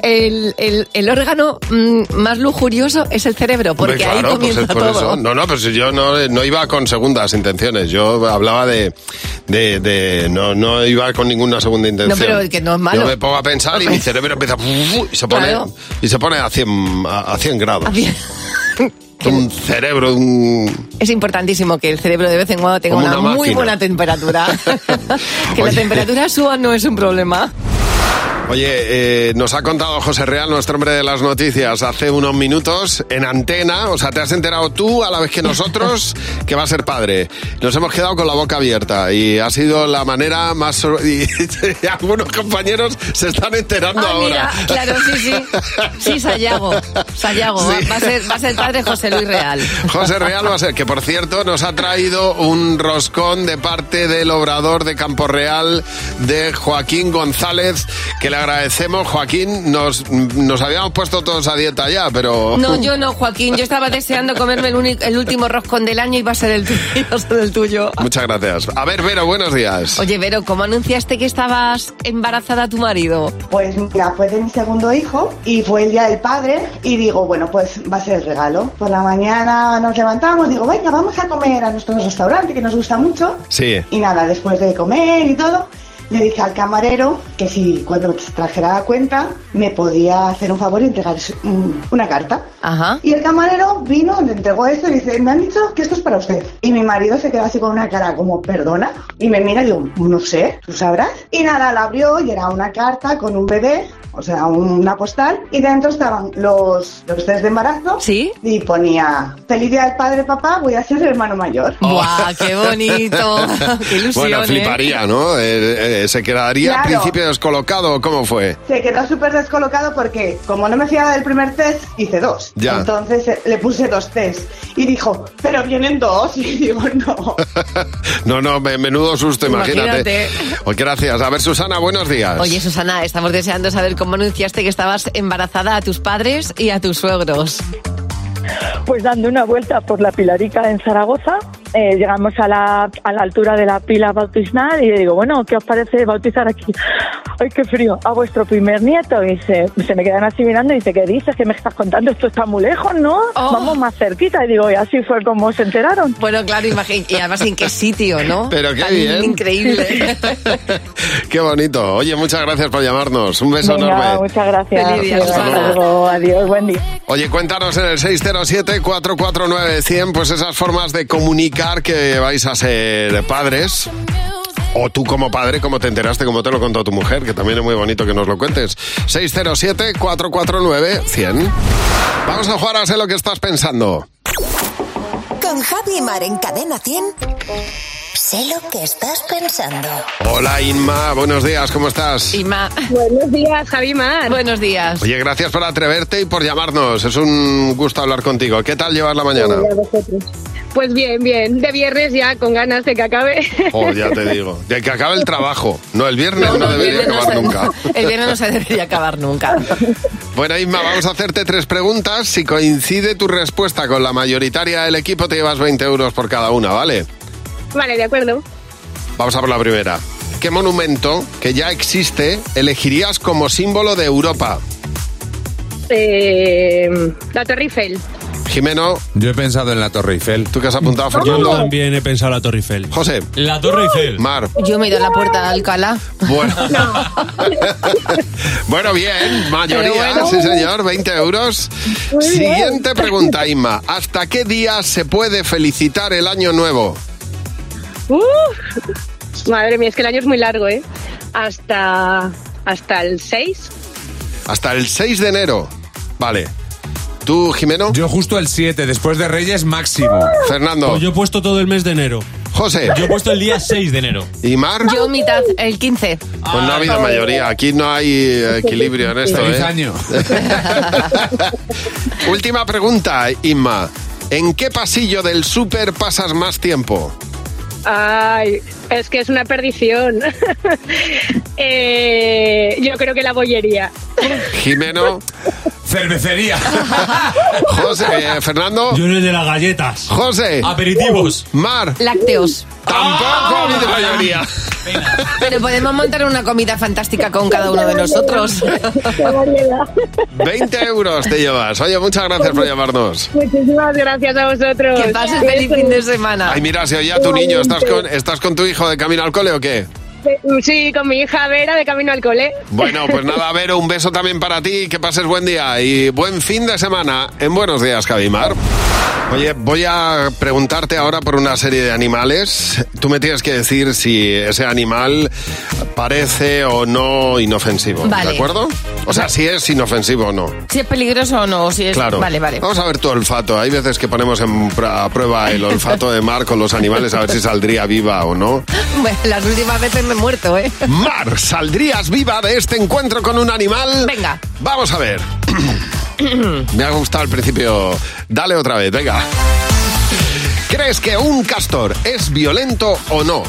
[SPEAKER 4] El, el- el órgano mm, más lujurioso es el cerebro, porque
[SPEAKER 3] Hombre,
[SPEAKER 4] ahí
[SPEAKER 3] claro, pues
[SPEAKER 4] comienza
[SPEAKER 3] es por
[SPEAKER 4] todo.
[SPEAKER 3] eso. No, no, pues yo no, no iba con segundas intenciones. Yo hablaba de. de, de- no, no iba con ninguna segunda intención.
[SPEAKER 4] pero que no es malo.
[SPEAKER 3] Yo me pongo a pensar y mi cerebro empieza. Y se pone,
[SPEAKER 4] Claro.
[SPEAKER 3] y se pone a, 100, a, a 100 grados.
[SPEAKER 4] Había-
[SPEAKER 3] Un cerebro, un.
[SPEAKER 4] Es importantísimo que el cerebro de vez en cuando tenga
[SPEAKER 3] Como
[SPEAKER 4] una,
[SPEAKER 3] una
[SPEAKER 4] muy
[SPEAKER 3] máquina.
[SPEAKER 4] buena temperatura. que la temperatura suba no es un problema.
[SPEAKER 3] Oye, eh, nos ha contado José Real, nuestro hombre de las noticias, hace unos minutos en antena. O sea, te has enterado tú a la vez que nosotros que va a ser padre. Nos hemos quedado con la boca abierta y ha sido la manera más. sor- Y, algunos compañeros se están enterando
[SPEAKER 4] Ah,
[SPEAKER 3] ahora.
[SPEAKER 4] mira, claro, sí, sí. Sí, Sayago. Sayago.
[SPEAKER 3] Sí.
[SPEAKER 4] Va, va a ser, va a ser padre José Luis Real.
[SPEAKER 3] José Real va a ser, que por cierto nos ha traído un roscón de parte del obrador de Campo Real de Joaquín González, que le agradecemos. Joaquín, nos, nos habíamos puesto todos a dieta ya, pero...
[SPEAKER 4] No, yo no, Joaquín. Yo estaba deseando comerme el, único- el último roscón del año y va a ser el tuyo. va a ser el tuyo.
[SPEAKER 3] Muchas gracias. A ver, Vero, buenos días.
[SPEAKER 4] Oye, Vero, ¿cómo anunciaste que estabas embarazada a tu marido?
[SPEAKER 21] Pues mira, fue de mi segundo hijo y fue el día del padre y digo, bueno, pues va a ser el regalo. Por la mañana nos levantamos, digo, venga, vamos a comer a nuestro restaurante que nos gusta mucho.
[SPEAKER 3] Sí.
[SPEAKER 21] Y nada, después de comer y todo, le dije al camarero que si cuando trajera la cuenta me podía hacer un favor y entregar su- un- una carta.
[SPEAKER 4] Ajá.
[SPEAKER 21] Y el camarero vino, le entregó esto y dice, me han dicho que esto es para usted. Y mi marido se quedó así con una cara como, perdona. Y me mira y digo, no sé, tú sabrás. Y nada, la abrió y era una carta con un bebé. O sea, una postal y dentro estaban los, los test de embarazo.
[SPEAKER 4] Sí.
[SPEAKER 21] Y ponía, feliz día del padre, papá, voy a ser el hermano mayor.
[SPEAKER 4] ¡Guau, qué bonito! ¡Qué ilusión!
[SPEAKER 3] bueno,
[SPEAKER 4] ¿eh?
[SPEAKER 3] fliparía, ¿no? Eh, eh, ¿Se quedaría al
[SPEAKER 21] Claro.
[SPEAKER 3] principio descolocado? o ¿Cómo fue?
[SPEAKER 21] Se quedó súper descolocado porque, como no me fiaba del primer test, hice dos.
[SPEAKER 3] Ya.
[SPEAKER 21] Entonces eh, le puse dos test. Y dijo, pero vienen dos. Y digo, no.
[SPEAKER 3] No, no, me- menudo susto,
[SPEAKER 4] Imagínate.
[SPEAKER 3] imagínate. Oye, gracias. A ver, Susana, buenos días.
[SPEAKER 4] Oye, Susana, estamos deseando saber cómo anunciaste que estabas embarazada a tus padres y a tus suegros.
[SPEAKER 22] Pues dando una vuelta por la Pilarica en Zaragoza,
[SPEAKER 2] eh, llegamos a la, a la altura de la pila bautismal y le digo, bueno, ¿qué os parece bautizar aquí? ¡Ay, qué frío! A vuestro primer nieto. Y se, se me quedan así mirando y dice, ¿qué dices? ¿Qué me estás contando? Esto está muy lejos, ¿no?
[SPEAKER 23] Oh.
[SPEAKER 2] Vamos más cerquita. Y digo, y así fue como se enteraron.
[SPEAKER 4] Bueno, claro, imagín- y además en qué sitio, ¿no?
[SPEAKER 3] Pero qué
[SPEAKER 4] Tan
[SPEAKER 3] bien.
[SPEAKER 4] Increíble.
[SPEAKER 3] Qué bonito. Oye, muchas gracias por llamarnos. Un beso
[SPEAKER 2] Venga,
[SPEAKER 3] enorme.
[SPEAKER 2] Muchas gracias.
[SPEAKER 3] Feliz día,
[SPEAKER 2] Hasta
[SPEAKER 3] Susana.
[SPEAKER 2] luego. Adiós, buen día.
[SPEAKER 3] Oye, cuéntanos en el 607-449-100, pues esas formas de comunicar que vais a ser padres. O tú como padre, cómo te enteraste, cómo te lo contó tu mujer, que también es muy bonito que nos lo cuentes. 607-449-100. Vamos a jugar a sé lo que estás pensando.
[SPEAKER 22] Con Javi Mar en Cadena 100. Sé lo que estás pensando.
[SPEAKER 3] Hola Inma, buenos días, ¿cómo estás?
[SPEAKER 4] Inma. Buenos días, Javi Mar. Buenos días.
[SPEAKER 3] Oye, gracias por atreverte y por llamarnos. Es un gusto hablar contigo. ¿Qué tal llevas la mañana?
[SPEAKER 23] Pues bien, bien. De viernes ya, con ganas de que acabe.
[SPEAKER 3] Oh, ya te digo. De que acabe el trabajo. No, el viernes no, debería
[SPEAKER 4] viernes no
[SPEAKER 3] acabar
[SPEAKER 4] se-
[SPEAKER 3] nunca.
[SPEAKER 4] El viernes no se debería acabar nunca.
[SPEAKER 3] Bueno, Isma, vamos a hacerte tres preguntas. Si coincide tu respuesta con la mayoritaria del equipo, te llevas 20 euros por cada una, ¿vale?
[SPEAKER 23] Vale, de acuerdo.
[SPEAKER 3] Vamos a por la primera. ¿Qué monumento que ya existe elegirías como símbolo de Europa?
[SPEAKER 23] Eh, la Torre Eiffel.
[SPEAKER 3] Jimeno.
[SPEAKER 24] Yo he pensado en la Torre Eiffel.
[SPEAKER 3] ¿Tú qué has apuntado,
[SPEAKER 24] Fernando?
[SPEAKER 5] Yo también he pensado la Torre Eiffel.
[SPEAKER 3] José.
[SPEAKER 5] La Torre Eiffel.
[SPEAKER 3] Mar.
[SPEAKER 4] Yo me he ido a la puerta de Alcalá.
[SPEAKER 3] Bueno. bueno, bien, mayoría,
[SPEAKER 4] Pero bueno.
[SPEAKER 3] sí señor, 20 euros.
[SPEAKER 4] Muy bien.
[SPEAKER 3] Siguiente pregunta, Isma. ¿Hasta qué día se puede felicitar el año nuevo?
[SPEAKER 23] Uf. madre mía, es que el año es muy largo, ¿eh? Hasta, hasta el 6.
[SPEAKER 3] Hasta el 6 de enero. Vale. ¿Tú, Jimeno?
[SPEAKER 24] Yo justo el 7, después de Reyes máximo.
[SPEAKER 3] Fernando.
[SPEAKER 24] Pues
[SPEAKER 5] yo he puesto todo el mes de enero.
[SPEAKER 3] José.
[SPEAKER 5] Yo he puesto el día 6 de enero.
[SPEAKER 3] ¿Y Mar?
[SPEAKER 4] Yo mitad, el 15.
[SPEAKER 3] Ah, Pues no ha
[SPEAKER 4] Ah,
[SPEAKER 3] habido mayoría. Aquí no hay equilibrio en esto.
[SPEAKER 24] Feliz
[SPEAKER 3] ¿eh?
[SPEAKER 24] año.
[SPEAKER 3] Última pregunta, Inma. ¿En qué pasillo del súper pasas más tiempo?
[SPEAKER 23] Ay, es que es una perdición. Eh, yo creo que la bollería.
[SPEAKER 3] Jimeno.
[SPEAKER 24] Cervecería.
[SPEAKER 3] José, eh, Fernando.
[SPEAKER 5] Yo en el de las galletas.
[SPEAKER 3] José.
[SPEAKER 5] Aperitivos.
[SPEAKER 3] Mar.
[SPEAKER 4] Lácteos.
[SPEAKER 3] Tampoco ha habido mayoría.
[SPEAKER 4] Pero podemos montar una comida fantástica con cada uno de nosotros.
[SPEAKER 3] 20 euros te llevas. Oye, muchas gracias por llamarnos.
[SPEAKER 23] Muchísimas gracias a vosotros.
[SPEAKER 4] Que pases feliz fin de semana.
[SPEAKER 3] Ay, mira, si oía tu niño, ¿estás con, ¿estás con tu hijo de camino al cole o qué?
[SPEAKER 23] Eh, Sí, con mi hija Vera de camino al cole.
[SPEAKER 3] Bueno, pues nada, Vero, un beso también para ti, que pases buen día y buen fin de semana en Buenos Días, Javimar. Oye, voy a preguntarte ahora por una serie de animales. Tú me tienes que decir si ese animal parece o no inofensivo,
[SPEAKER 4] Vale.
[SPEAKER 3] ¿de acuerdo? O sea, si es inofensivo o no.
[SPEAKER 4] Si es peligroso o no, si es...
[SPEAKER 3] Claro.
[SPEAKER 4] Vale, vale.
[SPEAKER 3] Vamos a ver tu olfato. Hay veces que ponemos en pr- a prueba el olfato de Mar con los animales a ver si saldría viva o no.
[SPEAKER 4] Bueno, las últimas veces me he muerto, ¿eh?
[SPEAKER 3] Mar, ¿saldrías viva de este encuentro con un animal?
[SPEAKER 4] Venga.
[SPEAKER 3] Vamos a ver. Me ha gustado al principio. Dale otra vez, venga. ¿Crees que un castor es violento o no?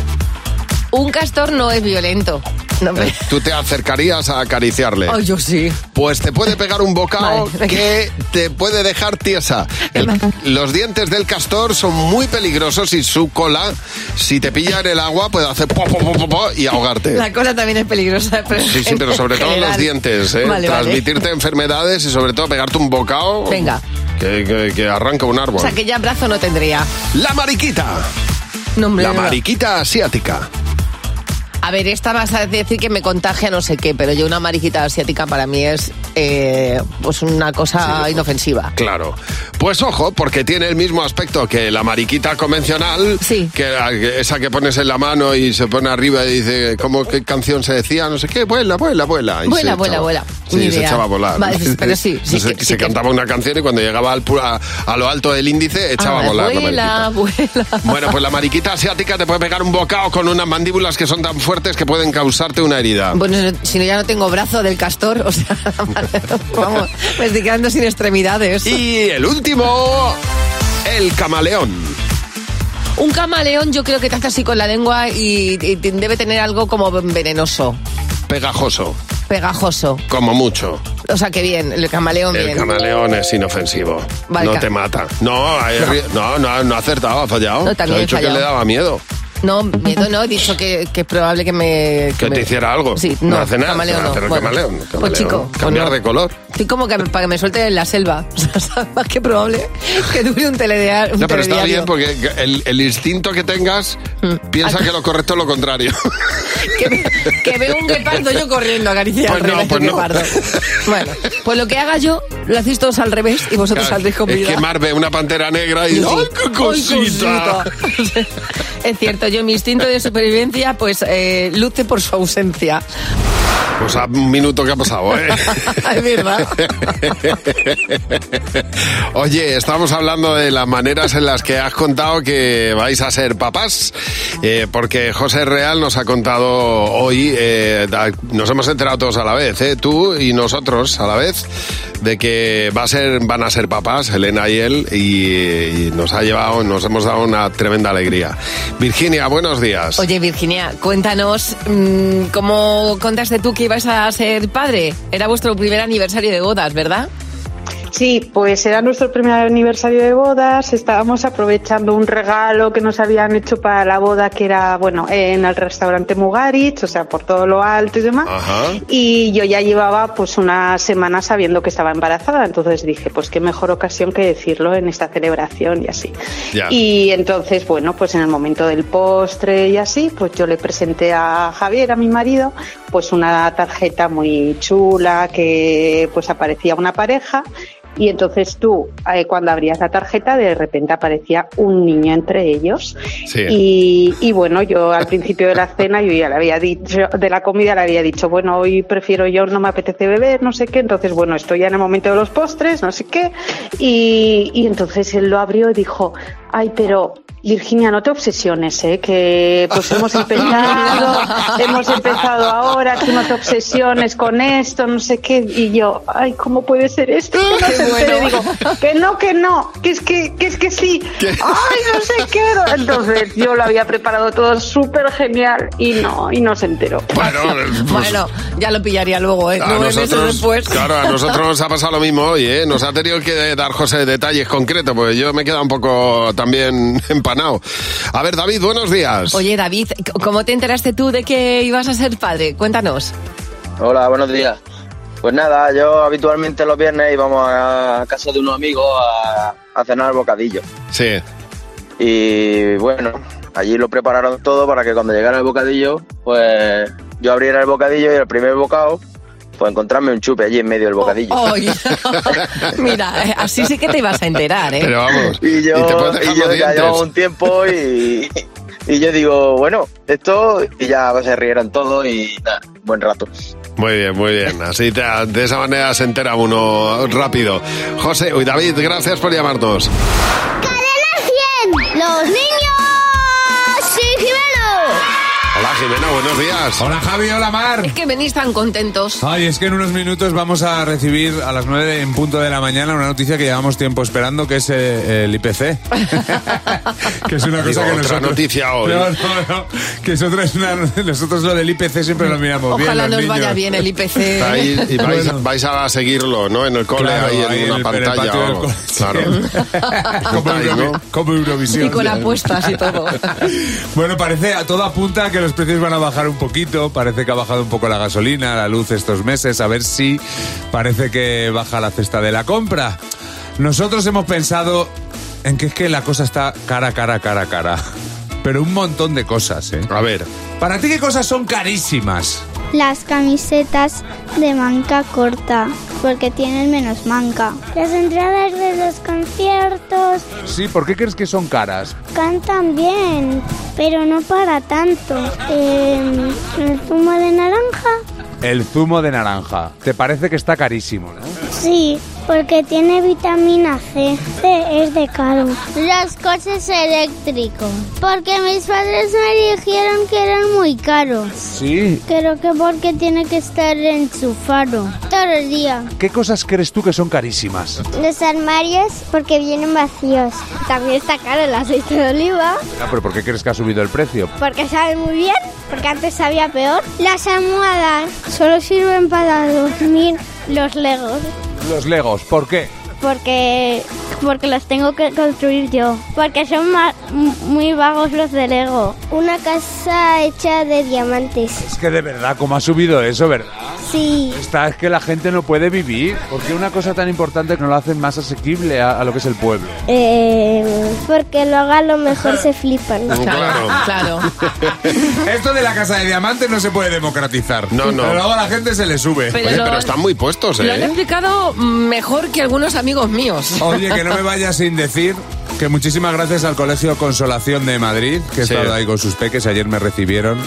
[SPEAKER 4] Un castor no es violento. No, hombre.
[SPEAKER 3] Eh, ¿Tú te acercarías a acariciarle?
[SPEAKER 4] Ay, yo sí.
[SPEAKER 3] Pues te puede pegar un bocado
[SPEAKER 4] Vale, venga.
[SPEAKER 3] que te puede dejar tiesa. El- los dientes del castor son muy peligrosos y su cola, si te pilla en el agua, puede hacer po, po, po, po, po y ahogarte.
[SPEAKER 4] La cola también es peligrosa. Pero
[SPEAKER 3] Sí, sí, pero sobre todo los
[SPEAKER 4] General.
[SPEAKER 3] dientes, ¿eh?
[SPEAKER 4] Vale, vale.
[SPEAKER 3] Transmitirte enfermedades y sobre todo pegarte un bocado.
[SPEAKER 4] Venga.
[SPEAKER 3] Que, que- que arranca un árbol.
[SPEAKER 4] O sea, que ya brazo no tendría.
[SPEAKER 3] La mariquita.
[SPEAKER 4] No, hombre,
[SPEAKER 3] La
[SPEAKER 4] no.
[SPEAKER 3] mariquita asiática.
[SPEAKER 4] A ver, esta vas a decir que me contagia no sé qué, pero yo una mariquita asiática para mí es eh, pues una cosa inofensiva.
[SPEAKER 3] Claro. Pues ojo, porque tiene el mismo aspecto que la mariquita convencional, que la- que esa que pones en la mano y se pone arriba y dice, ¿cómo qué canción se decía? No sé qué, vuela, vuela, vuela. Y
[SPEAKER 4] Vuela,
[SPEAKER 3] se
[SPEAKER 4] vuela,
[SPEAKER 3] echaba-
[SPEAKER 4] vuela.
[SPEAKER 3] Sí,
[SPEAKER 4] Ni
[SPEAKER 3] se
[SPEAKER 4] idea.
[SPEAKER 3] echaba a volar.
[SPEAKER 4] Vale, pero sí, sí
[SPEAKER 3] se
[SPEAKER 4] que- sí
[SPEAKER 3] se
[SPEAKER 4] que-
[SPEAKER 3] cantaba una canción y cuando llegaba al pu- a, a lo alto del índice echaba a
[SPEAKER 4] Ah,
[SPEAKER 3] volar la mariquita.
[SPEAKER 4] vuela, vuela.
[SPEAKER 3] Bueno, pues la mariquita asiática te puede pegar un bocado con unas mandíbulas que son tan fuertes que pueden causarte una herida.
[SPEAKER 4] Bueno, si no, ya no tengo brazo del castor, o sea, vamos, me estoy quedando sin extremidades.
[SPEAKER 3] Y el último, el camaleón.
[SPEAKER 4] Un camaleón yo creo que te hace así con la lengua y, y te- debe tener algo como venenoso,
[SPEAKER 3] Pegajoso,
[SPEAKER 4] pegajoso.
[SPEAKER 3] como mucho.
[SPEAKER 4] O sea, que bien, el camaleón
[SPEAKER 3] El
[SPEAKER 4] bien.
[SPEAKER 3] camaleón es inofensivo.
[SPEAKER 4] Vale,
[SPEAKER 3] no
[SPEAKER 4] ca-
[SPEAKER 3] te mata. No, hay ri- no, no, no ha acertado, ha fallado.
[SPEAKER 4] No, también
[SPEAKER 3] Te ha
[SPEAKER 4] he
[SPEAKER 3] dicho que
[SPEAKER 4] fallado.
[SPEAKER 3] le daba miedo.
[SPEAKER 4] No, miedo no, he dicho que, que es probable que me...
[SPEAKER 3] Que
[SPEAKER 4] me-
[SPEAKER 3] te hiciera algo.
[SPEAKER 4] Sí,
[SPEAKER 3] no,
[SPEAKER 4] no,
[SPEAKER 3] hace nada.
[SPEAKER 4] camaleón
[SPEAKER 3] no hace
[SPEAKER 4] no.
[SPEAKER 3] nada,
[SPEAKER 4] Bueno,
[SPEAKER 3] camaleón,
[SPEAKER 4] pues
[SPEAKER 3] camaleón.
[SPEAKER 4] chico, pues
[SPEAKER 3] Cambiar
[SPEAKER 4] no.
[SPEAKER 3] de color.
[SPEAKER 4] Estoy como que para que me suelte en la selva. O sea, es más que probable que dure un telediario.
[SPEAKER 3] No, pero está bien porque el, el instinto que tengas
[SPEAKER 4] Mm. Ah.
[SPEAKER 3] piensa que lo correcto es lo contrario.
[SPEAKER 4] Que veo un guepardo yo corriendo acariciando
[SPEAKER 3] Pues no,
[SPEAKER 4] al revés
[SPEAKER 3] pues
[SPEAKER 4] del
[SPEAKER 3] no.
[SPEAKER 4] guepardo. Bueno, pues lo que haga yo lo hacéis todos al revés y vosotros saldréis con
[SPEAKER 3] es
[SPEAKER 4] vida.
[SPEAKER 3] que Mar ve una pantera negra y dice, ¡ay, qué cosita!
[SPEAKER 4] cosita! es cierto, yo mi instinto de supervivencia pues eh, luce por su ausencia.
[SPEAKER 3] Pues a un minuto que ha pasado, ¿eh?
[SPEAKER 4] es verdad.
[SPEAKER 3] Oye, estamos hablando de las maneras en las que has contado que vais a ser papás, eh, porque José Real nos ha contado hoy, eh, da- nos hemos enterado todos a la vez, ¿eh? tú y nosotros a la vez, de que va a ser, van a ser papás, Elena y él, y, y nos ha llevado, nos hemos dado una tremenda alegría. Virginia, buenos días.
[SPEAKER 4] Oye, Virginia, cuéntanos mm, cómo contaste tú que ibas a ser padre. Era vuestro primer aniversario de bodas, ¿verdad?
[SPEAKER 1] Sí, pues era nuestro primer aniversario de bodas. Estábamos aprovechando un regalo que nos habían hecho para la boda, que era, bueno, en el restaurante Mugarich, o sea, por todo lo alto y demás. Y yo ya llevaba pues una semana sabiendo que estaba embarazada, entonces dije, pues qué mejor ocasión que decirlo en esta celebración y así.
[SPEAKER 6] Ya.
[SPEAKER 1] Y entonces, bueno, pues en el momento del postre y así, pues yo le presenté a Javier, a mi marido, pues una tarjeta muy chula que pues aparecía una pareja y entonces tú, eh, cuando abrías la tarjeta, de repente aparecía un niño entre ellos.
[SPEAKER 25] Sí.
[SPEAKER 1] Y, y bueno, yo al principio de la cena, yo ya le había dicho, de la comida le había dicho, bueno, hoy prefiero yo, no me apetece beber, no sé qué. Entonces, bueno, estoy ya en el momento de los postres, no sé qué. Y, y entonces él lo abrió y dijo, ay, pero... Virginia, no te obsesiones, ¿eh? que pues hemos empezado, hemos empezado ahora, tú no te obsesiones con esto, no sé qué, y yo, ay, ¿cómo puede ser esto? Que no se entere.
[SPEAKER 25] bueno.
[SPEAKER 1] Digo, que no, que no, que es que, que es que sí, ay, no sé qué. Entonces yo lo había preparado todo súper genial y no, y no se enteró.
[SPEAKER 3] Bueno, pues-
[SPEAKER 4] Bueno, ya lo pillaría luego, ¿eh?
[SPEAKER 3] A
[SPEAKER 4] Nueve meses
[SPEAKER 3] nosotros,
[SPEAKER 4] después.
[SPEAKER 3] Claro, a nosotros nos ha pasado lo mismo hoy, ¿eh? Nos ha tenido que dar José detalles concretos, porque yo me he quedado un poco también empanado. A ver, David, buenos días.
[SPEAKER 4] Oye, David, c- ¿cómo te enteraste tú de que ibas a ser padre? Cuéntanos.
[SPEAKER 12] Hola, buenos días. Pues nada, yo habitualmente los viernes íbamos a casa de unos amigos a, a cenar bocadillo.
[SPEAKER 3] Sí.
[SPEAKER 12] Y bueno, allí lo prepararon todo para que cuando llegara el bocadillo, pues yo abriera el bocadillo y el primer bocado, pues encontrarme un chupe allí en medio del
[SPEAKER 4] Oh,
[SPEAKER 12] bocadillo.
[SPEAKER 4] Ay, mira, eh, así sí que te ibas a enterar, ¿eh?
[SPEAKER 12] Y yo,
[SPEAKER 4] Y te puedes dejar
[SPEAKER 12] y
[SPEAKER 4] los
[SPEAKER 12] yo ya
[SPEAKER 4] dientes.
[SPEAKER 12] llevaba un tiempo y, y yo digo, bueno, esto, y ya se rieron todos y nada, buen rato.
[SPEAKER 3] Muy bien, muy bien. Así te- de esa manera se entera uno rápido. José, uy, David, gracias por llamarnos.
[SPEAKER 25] ¡Los niños! ¡Sí,
[SPEAKER 3] Hola, Jimena, buenos días.
[SPEAKER 24] Hola, Javi, hola, Mar.
[SPEAKER 4] Es que venís tan contentos.
[SPEAKER 24] Ay, es que en unos minutos vamos a recibir a las 9 en punto de la mañana una noticia que llevamos tiempo esperando, que es eh, el IPC. que es una cosa
[SPEAKER 3] Digo,
[SPEAKER 24] que
[SPEAKER 3] otra
[SPEAKER 24] nosotros...
[SPEAKER 3] noticia hoy.
[SPEAKER 24] No, no, no, que es otra- es una- nosotros lo del IPC siempre lo
[SPEAKER 3] Pues
[SPEAKER 24] miramos bien.
[SPEAKER 4] Ojalá
[SPEAKER 24] los
[SPEAKER 4] nos vaya
[SPEAKER 24] niños.
[SPEAKER 4] bien el IPC.
[SPEAKER 3] Ahí- y vais, vais a seguirlo, ¿no? En el cole,
[SPEAKER 24] Claro,
[SPEAKER 3] ahí en
[SPEAKER 24] ahí en
[SPEAKER 3] una
[SPEAKER 24] el- en el
[SPEAKER 3] pantalla.
[SPEAKER 24] patio del
[SPEAKER 3] vamos. claro.
[SPEAKER 24] Como, Eurovi- como Eurovisión.
[SPEAKER 4] Y con apuestas y todo.
[SPEAKER 24] Bueno, parece, a todo apunta a que los precios van a bajar un poquito. Parece que ha bajado un poco la gasolina, la luz estos meses. A ver si parece que baja la cesta de la compra. Nosotros hemos pensado en que es que la cosa está cara, cara, cara, cara. Pero un montón de cosas, ¿eh?
[SPEAKER 3] A ver.
[SPEAKER 24] ¿Para ti qué cosas son carísimas?
[SPEAKER 26] Las camisetas de manga corta, porque tienen menos manga. Las entradas de los conciertos
[SPEAKER 24] Sí, ¿por qué crees que son caras?
[SPEAKER 26] cantan bien, pero no para tanto. Eh, el zumo de naranja,
[SPEAKER 24] El zumo de naranja. ¿Te parece que está carísimo, no?
[SPEAKER 26] sí, porque tiene vitamina C. C es de caro. Los coches eléctricos, porque mis padres me dijeron que eran muy caros.
[SPEAKER 24] Sí.
[SPEAKER 26] Creo que porque tiene que estar enchufado todo el día.
[SPEAKER 24] ¿Qué cosas crees tú que son carísimas?
[SPEAKER 26] Los armarios porque vienen vacíos. También está caro el aceite de oliva
[SPEAKER 24] Ah, pero ¿por qué crees que ha subido el precio?
[SPEAKER 26] porque sabe muy bien, porque antes sabía peor. Las almohadas solo sirven para dormir Los legos.
[SPEAKER 24] Los Legos, ¿por qué?
[SPEAKER 26] Porque, porque los tengo que construir yo. Porque son ma- m- muy vagos los de Lego. Una casa hecha de diamantes.
[SPEAKER 24] Es que de verdad, ¿cómo ha subido eso, verdad?
[SPEAKER 26] Sí.
[SPEAKER 24] Esta es que la gente no puede vivir. ¿Por qué una cosa tan importante no la hacen más asequible a, a lo que es el pueblo?
[SPEAKER 26] Eh, porque luego a lo mejor se flipan.
[SPEAKER 24] No, claro.
[SPEAKER 26] claro.
[SPEAKER 24] Esto de la casa de diamantes no se puede democratizar.
[SPEAKER 3] No, no.
[SPEAKER 24] Pero luego a la gente se le sube.
[SPEAKER 4] Pero Oye, lo- pero
[SPEAKER 3] están muy puestos, ¿eh?
[SPEAKER 4] Lo han explicado mejor que algunos amigos míos.
[SPEAKER 24] Oye, que no me vaya sin decir que muchísimas gracias al Colegio Consolación de Madrid, que he estado ahí con sus peques, ayer me recibieron.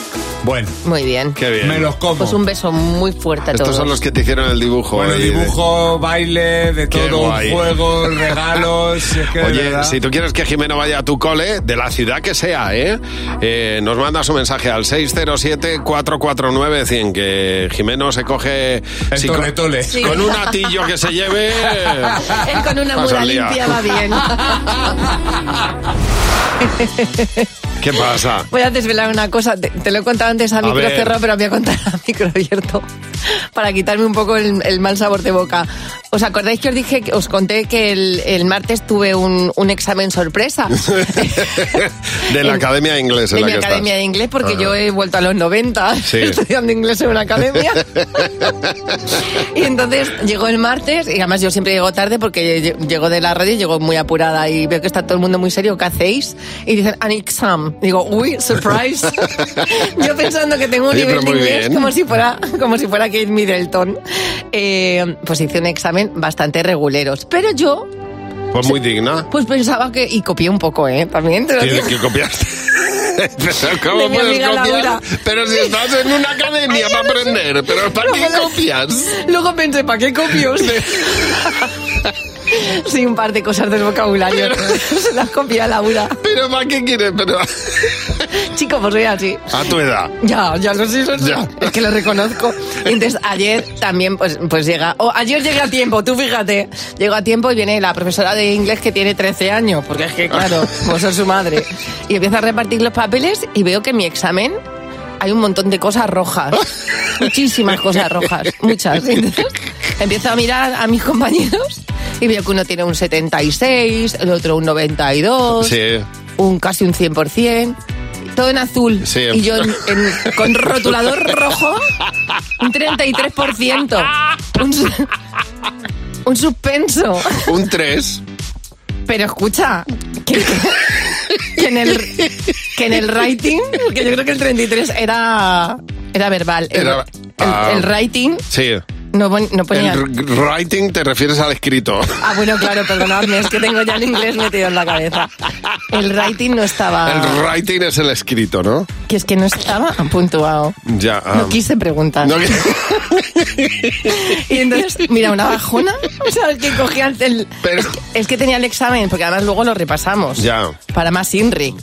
[SPEAKER 24] Bueno.
[SPEAKER 4] Muy bien.
[SPEAKER 3] Qué bien.
[SPEAKER 24] Me los como.
[SPEAKER 4] Pues un beso muy fuerte a todos.
[SPEAKER 3] Estos son los que te hicieron el dibujo.
[SPEAKER 24] Bueno,
[SPEAKER 3] ahí de-
[SPEAKER 24] dibujo, baile, de
[SPEAKER 3] Qué
[SPEAKER 24] todo,
[SPEAKER 3] guay.
[SPEAKER 24] juegos, regalos. es que de
[SPEAKER 3] Oye,
[SPEAKER 24] verdad.
[SPEAKER 3] si tú quieres que Jimeno vaya a tu cole, de la ciudad que sea, ¿eh? Eh, nos manda su mensaje al 607-449-100, que Jimeno se coge...
[SPEAKER 24] El
[SPEAKER 3] con-
[SPEAKER 24] tole-tole.
[SPEAKER 3] Con, un atillo que se lleve...
[SPEAKER 4] Él con una
[SPEAKER 3] Vas
[SPEAKER 4] muda
[SPEAKER 3] al día.
[SPEAKER 4] limpia va bien.
[SPEAKER 3] ¿Qué pasa?
[SPEAKER 4] Voy a desvelar una cosa. Te, te lo he contado antes a,
[SPEAKER 3] A
[SPEAKER 4] micro
[SPEAKER 3] ver.
[SPEAKER 4] cerrado, pero voy a contar a micro abierto para quitarme un poco el, el mal sabor de boca. ¿Os acordáis que os dije, que- os conté que el, el martes tuve un, un examen sorpresa?
[SPEAKER 3] De la Academia de Inglés en
[SPEAKER 4] de
[SPEAKER 3] la
[SPEAKER 4] mi
[SPEAKER 3] que estás.
[SPEAKER 4] academia de inglés porque
[SPEAKER 3] Ajá.
[SPEAKER 4] yo he vuelto a los 90
[SPEAKER 3] Sí.
[SPEAKER 4] estudiando inglés en una academia. y entonces llegó el martes y además yo siempre llego tarde porque lle- llego de la radio y llego muy apurada y veo que está todo el mundo muy serio. ¿Qué hacéis? Y dicen, an exam. Digo, uy, surprise. yo pensando que tengo un
[SPEAKER 3] Oye,
[SPEAKER 4] nivel
[SPEAKER 3] pero
[SPEAKER 4] de
[SPEAKER 3] muy
[SPEAKER 4] inglés
[SPEAKER 3] bien.
[SPEAKER 4] como si fuera como si fuera Kate Middleton. Eh, pues hice un examen bastante reguleros. Pero yo
[SPEAKER 3] Pues muy digna.
[SPEAKER 4] pues pensaba que... Y copié un poco, ¿eh? También te lo
[SPEAKER 3] Tienes
[SPEAKER 4] digo.
[SPEAKER 3] que copiaste. Pero
[SPEAKER 4] De
[SPEAKER 3] ¿cómo
[SPEAKER 4] mi
[SPEAKER 3] puedes
[SPEAKER 4] amiga
[SPEAKER 3] copiar?
[SPEAKER 4] Laura.
[SPEAKER 3] Pero si estás en una academia para aprender, pero ¿para qué
[SPEAKER 4] Luego-
[SPEAKER 3] copias?
[SPEAKER 4] Luego pensé, ¿para qué copios? sí, un par de cosas del vocabulario. Se las copia Laura.
[SPEAKER 3] ¿Pero para qué quieres? Pero...
[SPEAKER 4] Chico, pues soy así.
[SPEAKER 3] A tu edad.
[SPEAKER 4] Ya, ya lo sé, lo sé.
[SPEAKER 3] Ya.
[SPEAKER 4] es que lo reconozco. Y entonces ayer también pues, pues llega, o ayer llegué a tiempo, tú fíjate, llego a tiempo y viene la profesora de inglés que tiene 13 años, porque es que claro, vos sos su madre, y empieza a repartir los papeles y veo que en mi examen hay un montón de cosas rojas, muchísimas cosas rojas, muchas. Y entonces empiezo a mirar a mis compañeros y veo que uno tiene un 76, el otro un 92
[SPEAKER 3] Sí.
[SPEAKER 4] un casi un 100%, todo en azul.
[SPEAKER 3] Sí.
[SPEAKER 4] Y yo en- en- con rotulador rojo, un 33%. Un, su- un suspenso.
[SPEAKER 3] Un 3.
[SPEAKER 4] Pero escucha, que, que en el, que en el writing, que yo creo que el 33 era, era verbal. El,
[SPEAKER 3] Era- ah.
[SPEAKER 4] el writing
[SPEAKER 3] Sí.
[SPEAKER 4] no, pon- no ponía...
[SPEAKER 3] El r- writing te refieres al escrito.
[SPEAKER 4] Ah, bueno, claro, perdonadme, es que tengo ya el inglés metido en la cabeza. El writing no estaba...
[SPEAKER 3] El writing es el escrito, ¿no?
[SPEAKER 4] Que es que no estaba puntuado.
[SPEAKER 3] Ya. ah.
[SPEAKER 4] No quise preguntar.
[SPEAKER 3] No qui-
[SPEAKER 4] y entonces, mira, una bajona. O sea, que cogía el- el. Es, que, es que tenía el examen, porque además luego lo repasamos.
[SPEAKER 3] Ya.
[SPEAKER 4] Para más INRI.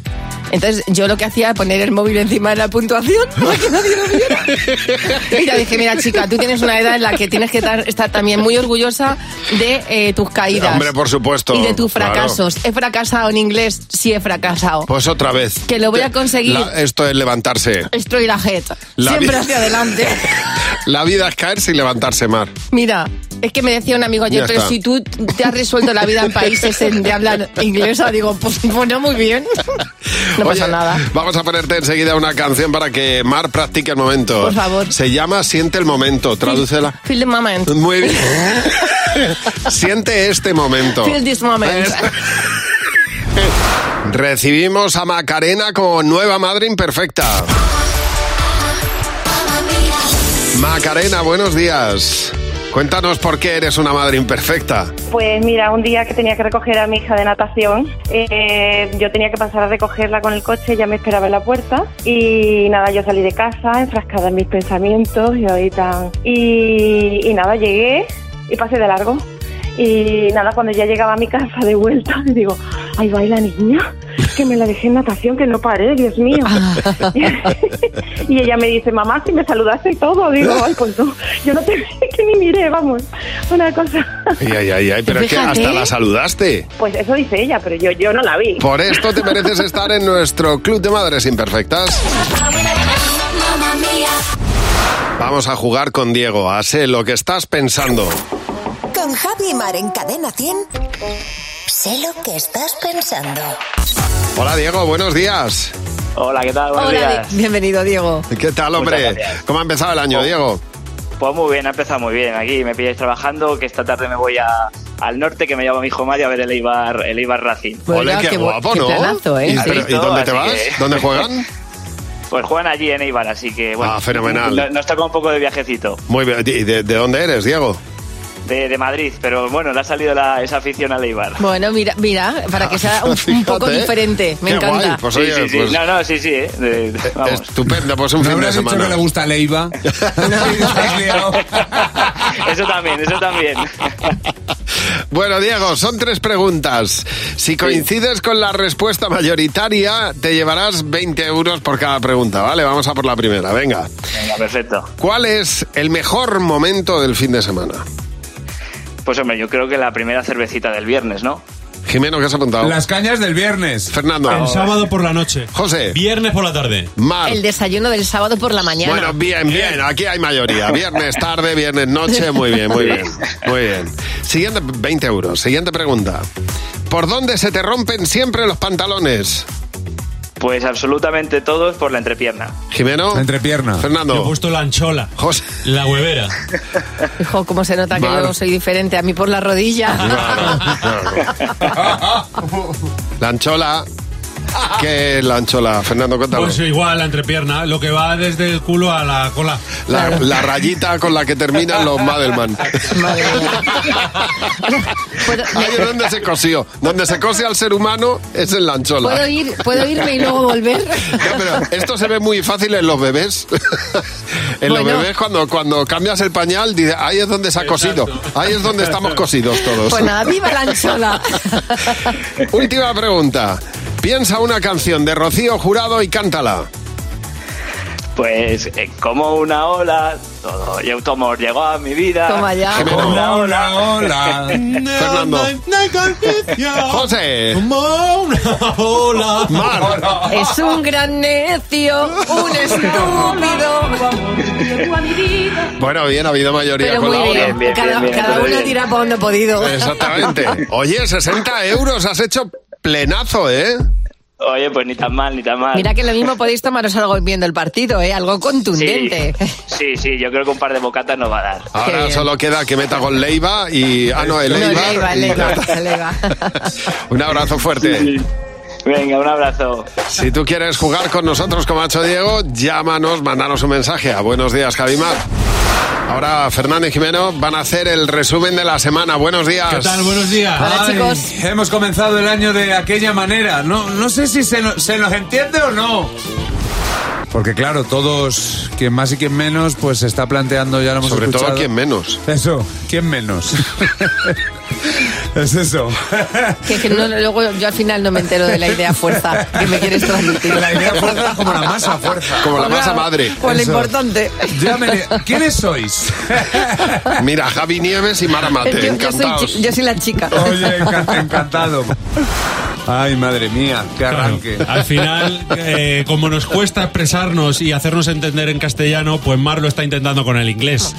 [SPEAKER 4] Entonces, yo lo que hacía era poner el móvil encima de la puntuación para que nadie lo viera. Y le dije, mira, chica, tú tienes una edad en la que tienes que tar- estar también muy orgullosa de eh, tus caídas.
[SPEAKER 3] Hombre, por supuesto.
[SPEAKER 4] Y de tus
[SPEAKER 3] claro.
[SPEAKER 4] fracasos. He fracasado en inglés, sí he fracasado.
[SPEAKER 3] Pues otra vez.
[SPEAKER 4] Que lo voy a conseguir.
[SPEAKER 3] La- esto es levantarse.
[SPEAKER 4] Estoy la head.
[SPEAKER 3] La
[SPEAKER 4] Siempre
[SPEAKER 3] vi-
[SPEAKER 4] hacia adelante.
[SPEAKER 3] La vida es caerse y levantarse, Mar.
[SPEAKER 4] Mira, es que me decía un amigo ayer,
[SPEAKER 3] Ya
[SPEAKER 4] pero
[SPEAKER 3] está.
[SPEAKER 4] si tú te has resuelto la vida en países en- de habla inglesa, digo, pues bueno, muy bien. No
[SPEAKER 3] Oye,
[SPEAKER 4] pasa nada.
[SPEAKER 3] Vamos a ponerte enseguida una canción para que Mar practique el momento.
[SPEAKER 4] Por favor.
[SPEAKER 3] Se llama Siente el momento. Tradúcela.
[SPEAKER 4] Feel the moment.
[SPEAKER 3] Muy bien. Siente este momento.
[SPEAKER 4] Feel this moment.
[SPEAKER 3] Recibimos a Macarena como nueva madre imperfecta. Macarena, buenos días. Cuéntanos por qué eres una madre imperfecta.
[SPEAKER 6] Pues mira, un día que tenía que recoger a mi hija de natación, eh, yo tenía que pasar a recogerla con el coche, ya me esperaba en la puerta y nada, yo salí de casa enfrascada en mis pensamientos y ahorita... Y, y nada, llegué y pasé de largo. Y nada, cuando ya llegaba a mi casa de vuelta, digo, ahí va la niña, que me la dejé en natación, que no paré, Dios mío. y ella me dice, mamá, si me saludaste y todo, digo, ay, pues no, yo no te que ni miré, vamos, una cosa.
[SPEAKER 3] Ay, ay, ay, ay, pero es que
[SPEAKER 6] Fíjate.
[SPEAKER 3] hasta la saludaste.
[SPEAKER 6] Pues eso dice ella, pero yo, yo no la vi.
[SPEAKER 3] Por esto te mereces estar en nuestro Club de Madres Imperfectas. Vamos a jugar con Diego. A sé lo que estás pensando.
[SPEAKER 22] Con Javi Mar en Cadena 100. Sé lo que estás pensando.
[SPEAKER 3] Hola Diego, buenos días.
[SPEAKER 27] Hola, ¿qué tal? Buenos
[SPEAKER 4] Hola,
[SPEAKER 27] días.
[SPEAKER 4] Di- bienvenido, Diego.
[SPEAKER 3] ¿Qué tal,
[SPEAKER 27] Muchas
[SPEAKER 3] hombre?
[SPEAKER 27] gracias.
[SPEAKER 3] ¿Cómo ha empezado el año,
[SPEAKER 27] Oh.
[SPEAKER 3] Diego?
[SPEAKER 27] Pues muy bien, ha empezado muy bien. Aquí me pilláis trabajando, que esta tarde me voy a- al norte, que me llama mi hijo Mario a ver el Eibar, el Eibar Racing.
[SPEAKER 4] Pues
[SPEAKER 3] Ole, qué, guapo, ¿no?
[SPEAKER 4] ¿eh?
[SPEAKER 3] ¿Y, pero- ¿y dónde te vas?
[SPEAKER 27] Así que-
[SPEAKER 3] ¿Dónde juegan?
[SPEAKER 27] Pues juegan allí en Eibar, así que bueno.
[SPEAKER 3] Ah, fenomenal.
[SPEAKER 27] no- Nos toca un poco de viajecito.
[SPEAKER 3] Muy bien. ¿Y de, de dónde eres, Diego?
[SPEAKER 27] De, de Madrid, pero bueno, le ha salido la- esa afición al Eibar.
[SPEAKER 4] Bueno, mira, mira, para que sea un, un poco
[SPEAKER 27] Fíjate.
[SPEAKER 4] diferente. Me
[SPEAKER 27] Qué
[SPEAKER 4] encanta.
[SPEAKER 27] guay, pues, Sí, oye, sí, sí. pues- No, no, sí, sí.
[SPEAKER 3] Eh, Estupendo, pues un
[SPEAKER 24] ¿No
[SPEAKER 3] fin de
[SPEAKER 24] habrás dicho
[SPEAKER 3] semana.
[SPEAKER 24] que le gusta Leiva?
[SPEAKER 27] Eso también, eso también.
[SPEAKER 3] Bueno, Diego, son tres preguntas. Si coincides con la respuesta mayoritaria, te llevarás 20 euros por cada pregunta, ¿vale? Vamos a por la primera, venga.
[SPEAKER 27] Venga, perfecto.
[SPEAKER 3] ¿Cuál es el mejor momento del fin de semana?
[SPEAKER 27] Pues hombre, yo creo que la primera cervecita del viernes, ¿no?
[SPEAKER 3] Jimeno, ¿qué has apuntado?
[SPEAKER 27] Las
[SPEAKER 24] cañas del viernes.
[SPEAKER 3] Fernando.
[SPEAKER 27] El sábado
[SPEAKER 3] por la noche. José.
[SPEAKER 27] Viernes por la tarde.
[SPEAKER 3] Mar.
[SPEAKER 4] El desayuno del sábado por la mañana.
[SPEAKER 3] Bueno, bien, bien. Aquí hay mayoría. Viernes tarde, viernes noche. Muy bien, muy bien. Muy bien. Siguiente, 20 euros. Siguiente pregunta. ¿Por dónde se te rompen siempre los pantalones?
[SPEAKER 27] Pues absolutamente todos por la entrepierna.
[SPEAKER 3] Jimeno. Entrepierna.
[SPEAKER 5] Yo he
[SPEAKER 3] Fernando.
[SPEAKER 5] puesto la anchola.
[SPEAKER 27] La huevera.
[SPEAKER 4] Hijo, cómo se nota que
[SPEAKER 3] Mar.
[SPEAKER 4] yo soy diferente. A mí por la rodilla.
[SPEAKER 3] La anchola. ¿Qué es la anchola? Fernando, cuéntame.
[SPEAKER 5] Pues igual, la entrepierna, lo que va desde el culo a la cola.
[SPEAKER 3] La, la rayita con la que terminan los Madelman. Ahí es donde se cosió. Donde se cose al ser humano es en la anchola.
[SPEAKER 4] ¿Puedo, ir, ¿Puedo irme y luego volver?
[SPEAKER 3] No, pero esto se ve muy fácil en los bebés. en los
[SPEAKER 4] Bueno.
[SPEAKER 3] bebés cuando, cuando cambias el pañal, dice, ahí es donde se ha cosido. Ahí es donde estamos cosidos todos.
[SPEAKER 4] Pues nada, viva la anchola.
[SPEAKER 3] Última pregunta. Piensa una canción de Rocío Jurado y cántala.
[SPEAKER 27] Pues eh, como una ola, todo. Y amor llegó a mi vida.
[SPEAKER 4] Toma ya.
[SPEAKER 27] Como una ola,
[SPEAKER 3] Fernando. José.
[SPEAKER 5] Hola.
[SPEAKER 4] Es un gran necio, un estúpido.
[SPEAKER 3] Bueno, bien, ha habido mayoría
[SPEAKER 4] Pero
[SPEAKER 3] con
[SPEAKER 4] muy
[SPEAKER 3] la
[SPEAKER 4] bien.
[SPEAKER 3] ola.
[SPEAKER 4] cada cada una tira por donde ha podido.
[SPEAKER 3] Exactamente. Oye, 60 euros has hecho plenazo, ¿eh?
[SPEAKER 27] Oye, pues ni tan mal, ni tan mal.
[SPEAKER 4] Mira que lo mismo podéis tomaros algo viendo el partido, ¿eh? Algo contundente.
[SPEAKER 27] Sí, sí, yo creo que un par de bocatas no va a dar.
[SPEAKER 3] Ahora solo queda que meta con Leiva y... Ah, no, el
[SPEAKER 27] No,
[SPEAKER 3] Leiva.
[SPEAKER 27] Leiva,
[SPEAKER 3] y ya
[SPEAKER 27] Leiva.
[SPEAKER 3] está. Un abrazo fuerte.
[SPEAKER 27] Venga, un abrazo.
[SPEAKER 3] Si tú quieres jugar con nosotros, como ha hecho Diego, llámanos, mandanos un mensaje a Buenos Días, Javimar. Ahora Fernando y Jimeno van a hacer el resumen de la semana. Buenos días.
[SPEAKER 24] ¿Qué tal? Buenos días. Ay, Hemos comenzado el año de aquella manera. No, no sé si se, no- se nos entiende o no. Porque claro, todos, quien más y quien menos, pues se está planteando, ya lo hemos
[SPEAKER 3] Sobre todo,
[SPEAKER 24] escuchado.
[SPEAKER 3] ¿quién menos?
[SPEAKER 24] Eso, ¿quién menos? es eso.
[SPEAKER 4] Que, es que no- luego yo al final no me entero de la idea fuerza que me quieres transmitir.
[SPEAKER 24] La idea fuerza es como la masa fuerza.
[SPEAKER 3] Como la masa madre.
[SPEAKER 4] Pues lo
[SPEAKER 3] Eso.
[SPEAKER 4] importante.
[SPEAKER 24] Llámele. ¿Quiénes sois?
[SPEAKER 3] Mira, Javi Nieves y Mara
[SPEAKER 4] Yo-
[SPEAKER 3] Mate,
[SPEAKER 4] yo, soy,
[SPEAKER 3] encantados.
[SPEAKER 4] chi- yo soy la chica.
[SPEAKER 24] Oye, encan- encantado. Ay, madre mía, qué arranque.
[SPEAKER 5] Al final, eh, como nos cuesta expresarnos y hacernos entender en castellano, pues Mar lo está intentando con el inglés.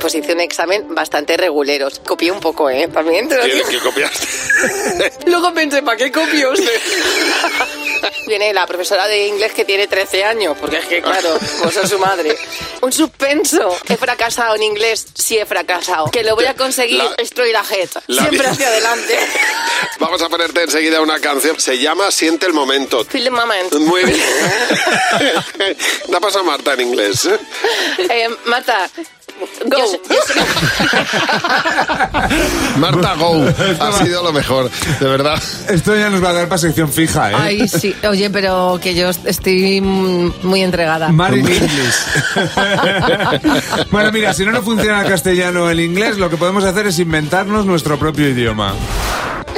[SPEAKER 4] Pues hice un examen bastante reguleros. Copié un poco, ¿eh? También te lo digo.
[SPEAKER 3] copiaste.
[SPEAKER 4] Luego pensé, ¿para qué copio usted? Viene la profesora de inglés que tiene 13 años, porque es que, claro, vos sos su madre. Un suspenso. He fracasado en inglés, sí he fracasado. Que lo voy a conseguir,
[SPEAKER 3] La-
[SPEAKER 4] estoy la jeta.
[SPEAKER 3] la-
[SPEAKER 4] Siempre hacia adelante.
[SPEAKER 3] Vamos a ponerte enseguida una canción. Se llama Siente el momento.
[SPEAKER 4] Feel the moment.
[SPEAKER 3] Pues Muy bien. ¿Qué ha pasado Marta en inglés?
[SPEAKER 4] Eh, Marta, go.
[SPEAKER 3] Marta Go. Ha sido lo mejor, de verdad.
[SPEAKER 24] Esto ya nos va a dar para sección fija, ¿eh?
[SPEAKER 4] Ay, sí. Oye, pero que yo estoy mm, muy entregada.
[SPEAKER 24] Mary English. bueno, mira, si no nos funciona el castellano o el inglés, lo que podemos hacer es inventarnos nuestro propio idioma.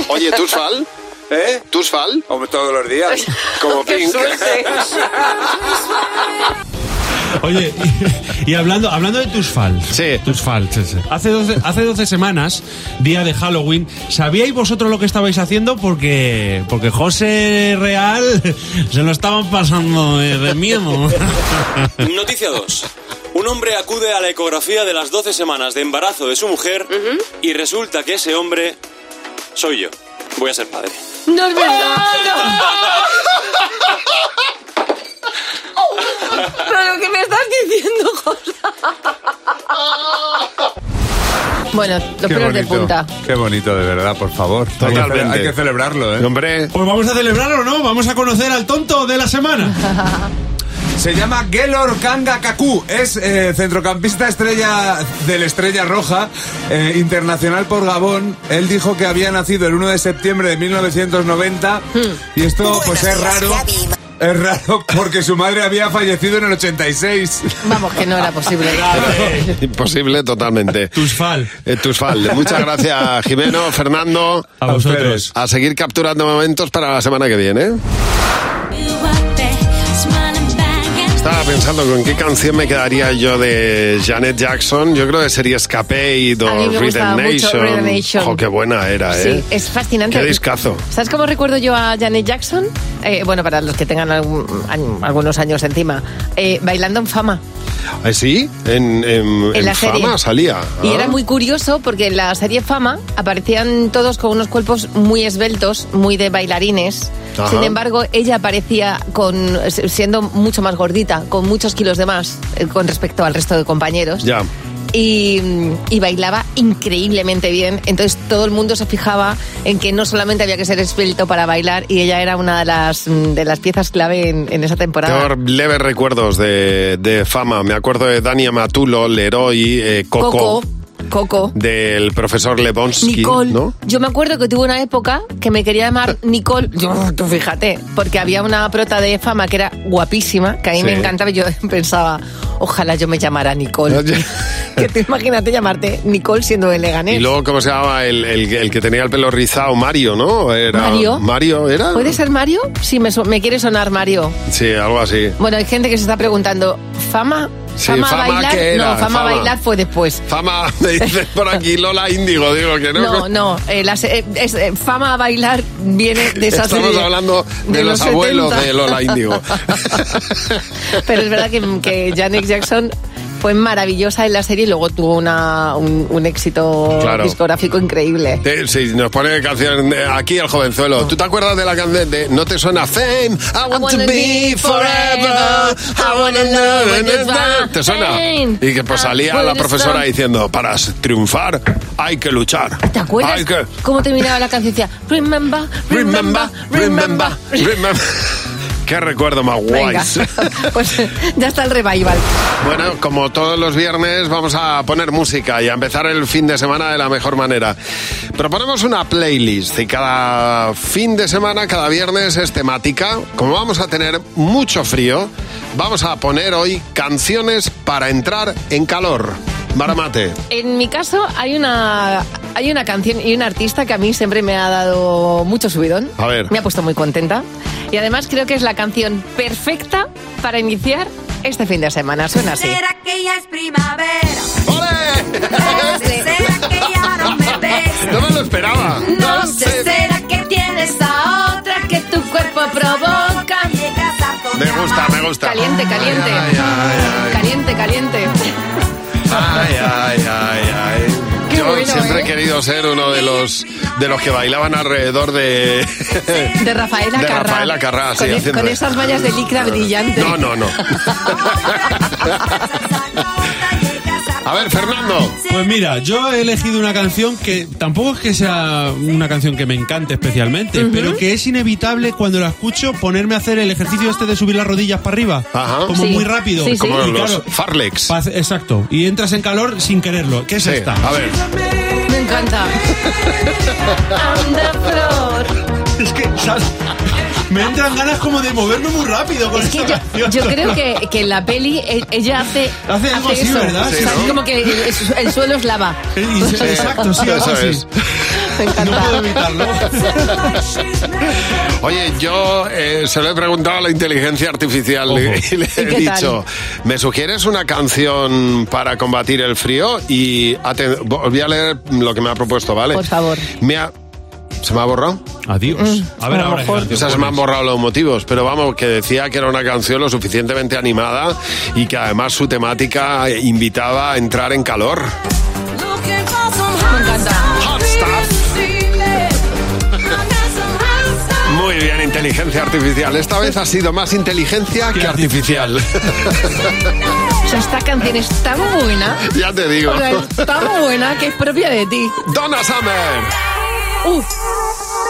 [SPEAKER 3] Oye, ¿tú fal?
[SPEAKER 24] ¿Eh?
[SPEAKER 3] ¿Tú fal?
[SPEAKER 24] todos los días.
[SPEAKER 3] Como
[SPEAKER 24] ¡Qué
[SPEAKER 3] Pink.
[SPEAKER 24] suerte!
[SPEAKER 5] Oye, y, y hablando, hablando de tus fal. Sí. Tus fal, sí, sí. Hace 12, hace 12 semanas, día de Halloween, ¿sabíais vosotros lo que estabais haciendo? Porque, porque José Real se lo estaban pasando de, de miedo.
[SPEAKER 17] Noticia 2.
[SPEAKER 28] Un hombre acude a la ecografía de las 12 semanas de embarazo de su mujer y resulta que ese hombre soy yo. Voy a ser padre.
[SPEAKER 25] ¡No es
[SPEAKER 4] Pero lo que me estás diciendo, José. Bueno, los
[SPEAKER 24] Qué
[SPEAKER 4] pelos de
[SPEAKER 24] bonito,
[SPEAKER 4] punta.
[SPEAKER 24] Qué bonito, de verdad, por favor. Hay que cele-
[SPEAKER 5] Totalmente.
[SPEAKER 24] Hay que celebrarlo, ¿eh?
[SPEAKER 3] Hombre.
[SPEAKER 5] Pues vamos a celebrarlo, ¿no? Vamos a conocer al tonto de la semana.
[SPEAKER 24] Se llama Gelor Kanga Kaku, es eh, centrocampista estrella del Estrella Roja, eh, internacional por Gabón. Él dijo que había nacido el 1 de septiembre de 1990 y esto pues es raro. Es raro porque su madre había fallecido en el 86.
[SPEAKER 4] Vamos, que no era posible.
[SPEAKER 3] Imposible totalmente. Tusfal. Tusfal. Muchas gracias, Jimeno, Fernando.
[SPEAKER 5] A vosotros.
[SPEAKER 3] A seguir capturando momentos para la semana que viene. Estaba pensando con qué canción me quedaría yo de Janet Jackson. Yo creo que sería Escape
[SPEAKER 4] A mí
[SPEAKER 3] o
[SPEAKER 4] me
[SPEAKER 3] Rhythm
[SPEAKER 4] gustaba mucho
[SPEAKER 3] Nation.
[SPEAKER 4] Rhythm Nation.
[SPEAKER 3] Jo, qué buena era,
[SPEAKER 4] Sí,
[SPEAKER 3] ¿eh?
[SPEAKER 4] es fascinante.
[SPEAKER 3] Qué discazo.
[SPEAKER 4] ¿Sabes cómo recuerdo yo a Janet Jackson? Eh, bueno, para los que tengan algún- añ- algunos años encima. Eh, bailando en fama.
[SPEAKER 3] Eh, sí, en, en,
[SPEAKER 4] En
[SPEAKER 3] Pues en
[SPEAKER 4] la serie.
[SPEAKER 3] fama salía.
[SPEAKER 4] Y
[SPEAKER 3] Ah.
[SPEAKER 4] era muy curioso porque en la serie Fama aparecían todos con unos cuerpos muy esbeltos, muy de bailarines.
[SPEAKER 3] Ajá.
[SPEAKER 4] Sin embargo, ella aparecía con, siendo mucho más gordita, con muchos kilos de más eh, con respecto al resto de compañeros.
[SPEAKER 3] Ya.
[SPEAKER 4] y, y bailaba increíblemente bien. Entonces todo el mundo se fijaba en que no solamente había que ser esbelto para bailar y ella era una de las, mm, de las piezas clave en, en esa temporada.
[SPEAKER 3] Tengo leves recuerdos de, de fama. Me acuerdo de Dani Amatulo, Leroy, eh, Coco,
[SPEAKER 4] Coco. Coco.
[SPEAKER 3] del profesor Lebonsky,
[SPEAKER 4] Nicole.
[SPEAKER 3] ¿no?
[SPEAKER 4] Yo me acuerdo que tuve una época que me quería llamar Nicole. Yo, tú fíjate, porque había una prota de fama que era guapísima, que a mí
[SPEAKER 3] Sí.
[SPEAKER 4] me encantaba y yo pensaba, ojalá yo me llamara Nicole. que te imagínate llamarte Nicole siendo de Leganés.
[SPEAKER 3] Y luego, ¿cómo se llamaba? El, el- el que tenía el pelo rizado, Mario, ¿no? Era,
[SPEAKER 4] Mario.
[SPEAKER 3] Mario, ¿era?
[SPEAKER 4] ¿Puede ser Mario? Sí, me, su- me quiere sonar Mario.
[SPEAKER 3] Sí, algo así.
[SPEAKER 4] Bueno, hay gente que se está preguntando, ¿fama?
[SPEAKER 3] Sí, ¿fama
[SPEAKER 4] bailar?
[SPEAKER 3] qué era?
[SPEAKER 4] no, fama,
[SPEAKER 3] Fama.
[SPEAKER 4] bailar fue después.
[SPEAKER 3] Fama, me dice por aquí Lola Índigo, digo que no.
[SPEAKER 4] No, no, eh, las- eh, es- eh, fama bailar viene de esa
[SPEAKER 3] Estamos
[SPEAKER 4] serie
[SPEAKER 3] hablando de, los,
[SPEAKER 4] 70.
[SPEAKER 3] abuelos de Lola Índigo.
[SPEAKER 4] Pero es verdad que, que Janet Jackson fue maravillosa en la serie y luego tuvo una, un, un éxito
[SPEAKER 3] Claro.
[SPEAKER 4] discográfico increíble.
[SPEAKER 3] Eh, Sí, nos pone canción eh, aquí el jovenzuelo. ¿Tú te acuerdas de la canción de No te suena Fame?
[SPEAKER 4] Ah,
[SPEAKER 3] I want to be forever. I wanna love and it's- ¿Te suena? Y que pues salía la profesora diciendo, para triunfar hay que luchar.
[SPEAKER 4] ¿Te acuerdas
[SPEAKER 3] Hay que...
[SPEAKER 4] cómo terminaba la canción? Decía, remember, remember, remember.
[SPEAKER 3] Remember. Qué recuerdo más guay.
[SPEAKER 4] Venga, pues ya está el revival.
[SPEAKER 3] Bueno, como todos los viernes, vamos a poner música y a empezar el fin de semana de la mejor manera. Proponemos una playlist y cada fin de semana, cada viernes es temática. Como vamos a tener mucho frío, vamos a poner hoy canciones para entrar en calor. Maramate.
[SPEAKER 4] En mi caso hay una hay una canción y un artista que a mí siempre me ha dado mucho subidón.
[SPEAKER 3] A ver.
[SPEAKER 4] Me ha puesto muy contenta. Y además creo que es la canción perfecta para iniciar este fin de semana. Suena así.
[SPEAKER 25] ¿Será que ya es primavera?
[SPEAKER 3] ¡Ole!
[SPEAKER 25] ¿Será que ya no me ves?
[SPEAKER 3] No me lo esperaba.
[SPEAKER 25] No sé, ¿será que tienes a otra que tu cuerpo provoca? Llegas a
[SPEAKER 3] Me gusta, me gusta.
[SPEAKER 4] Caliente, caliente.
[SPEAKER 3] Ay, ay, ay.
[SPEAKER 4] Caliente, caliente.
[SPEAKER 3] Ay, ay, ay, ay.
[SPEAKER 4] Qué
[SPEAKER 3] Yo
[SPEAKER 4] bueno,
[SPEAKER 3] siempre
[SPEAKER 4] ¿eh?
[SPEAKER 3] he querido ser uno de los de los que bailaban alrededor de
[SPEAKER 4] De Rafaela
[SPEAKER 3] de
[SPEAKER 4] Carrá.
[SPEAKER 3] Rafaela Carrá, sí,
[SPEAKER 4] con, es-
[SPEAKER 3] haciendo-
[SPEAKER 4] con esas mallas de licra brillante.
[SPEAKER 3] No, no, no. A ver, Fernando.
[SPEAKER 5] Pues mira, yo he elegido una canción que tampoco es que sea una canción que me encante especialmente, pero que es inevitable cuando la escucho ponerme a hacer el ejercicio este de subir las rodillas para arriba. Como
[SPEAKER 3] Sí.
[SPEAKER 5] muy rápido.
[SPEAKER 3] Sí, sí. Como
[SPEAKER 5] Y
[SPEAKER 3] los Farlex.
[SPEAKER 5] pa- Exacto. Y entras en calor sin quererlo. ¿Qué es
[SPEAKER 3] Sí,
[SPEAKER 5] esta?
[SPEAKER 3] a ver.
[SPEAKER 4] Me encanta. Anda, flor.
[SPEAKER 5] Es que, ¿sabes? Me entran ganas como de moverme muy rápido con
[SPEAKER 4] Es que
[SPEAKER 5] esta
[SPEAKER 4] yo,
[SPEAKER 5] canción.
[SPEAKER 4] yo creo que, que en la peli eh, ella hace,
[SPEAKER 5] Hace algo así,
[SPEAKER 4] eso.
[SPEAKER 5] ¿verdad?
[SPEAKER 4] O sea,
[SPEAKER 5] Sí, ¿no?
[SPEAKER 4] es como que el, el suelo es lava.
[SPEAKER 5] Sí, Exacto, sí,
[SPEAKER 3] Eso
[SPEAKER 5] algo así.
[SPEAKER 3] es.
[SPEAKER 4] Me encanta.
[SPEAKER 3] Oye, yo eh, se lo he preguntado a la inteligencia artificial y le he
[SPEAKER 4] qué tal?
[SPEAKER 3] dicho, ¿me sugieres una canción para combatir el frío? Y aten- voy a leer lo que me ha propuesto, ¿vale?
[SPEAKER 4] Por favor.
[SPEAKER 3] Me ha- ¿Se me ha borrado?
[SPEAKER 4] Mm.
[SPEAKER 5] Adiós.
[SPEAKER 3] A ver, ahora Esas me han borrado los motivos, pero vamos, que decía que era una canción lo suficientemente animada y que además su temática invitaba a entrar en calor.
[SPEAKER 25] Me encanta.
[SPEAKER 3] Hot Muy bien, inteligencia artificial. Esta vez ha sido más inteligencia que artificial.
[SPEAKER 4] O sea, esta canción es tan buena.
[SPEAKER 3] ya te digo.
[SPEAKER 4] O sea, es tan buena que es propia de ti.
[SPEAKER 3] Donna Summer.
[SPEAKER 4] Uf.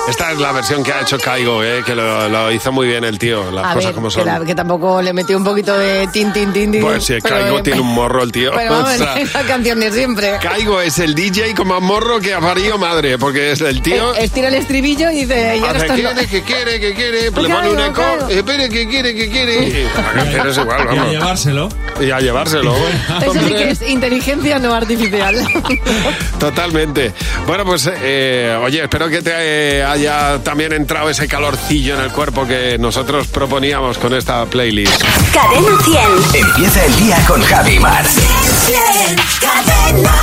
[SPEAKER 3] Esta es la versión que ha hecho Caigo, eh, que lo, lo hizo muy bien el tío, las
[SPEAKER 4] a
[SPEAKER 3] cosas
[SPEAKER 4] ver,
[SPEAKER 3] como
[SPEAKER 4] que,
[SPEAKER 3] son.
[SPEAKER 4] la- que tampoco le metió un poquito de tin, tin, tin, tin.
[SPEAKER 3] Pues sí,
[SPEAKER 4] pero-
[SPEAKER 3] Caigo tiene un morro el tío.
[SPEAKER 4] Pero vamos, eh.
[SPEAKER 3] O sea,
[SPEAKER 4] la canción de siempre.
[SPEAKER 3] Caigo es el DJ con más morro que ha parido madre, porque es el tío...
[SPEAKER 4] Eh, Estira el estribillo y dice, ya no
[SPEAKER 3] Hace
[SPEAKER 4] estás
[SPEAKER 3] quiere, que quiere, que quiere, pues
[SPEAKER 4] pues
[SPEAKER 3] le pone un eco, espere, que quiere, que quiere. La canción es igual,
[SPEAKER 5] Y a
[SPEAKER 3] vamos.
[SPEAKER 5] llevárselo.
[SPEAKER 3] Y a llevárselo.
[SPEAKER 4] Eso sí que es inteligencia no artificial.
[SPEAKER 3] Totalmente. Bueno, pues eh, oye, espero que te eh, haya también entrado ese calorcillo en el cuerpo que nosotros proponíamos con esta playlist.
[SPEAKER 22] Cadena 100.
[SPEAKER 29] Empieza el día con Javi Mar.
[SPEAKER 22] Cadena.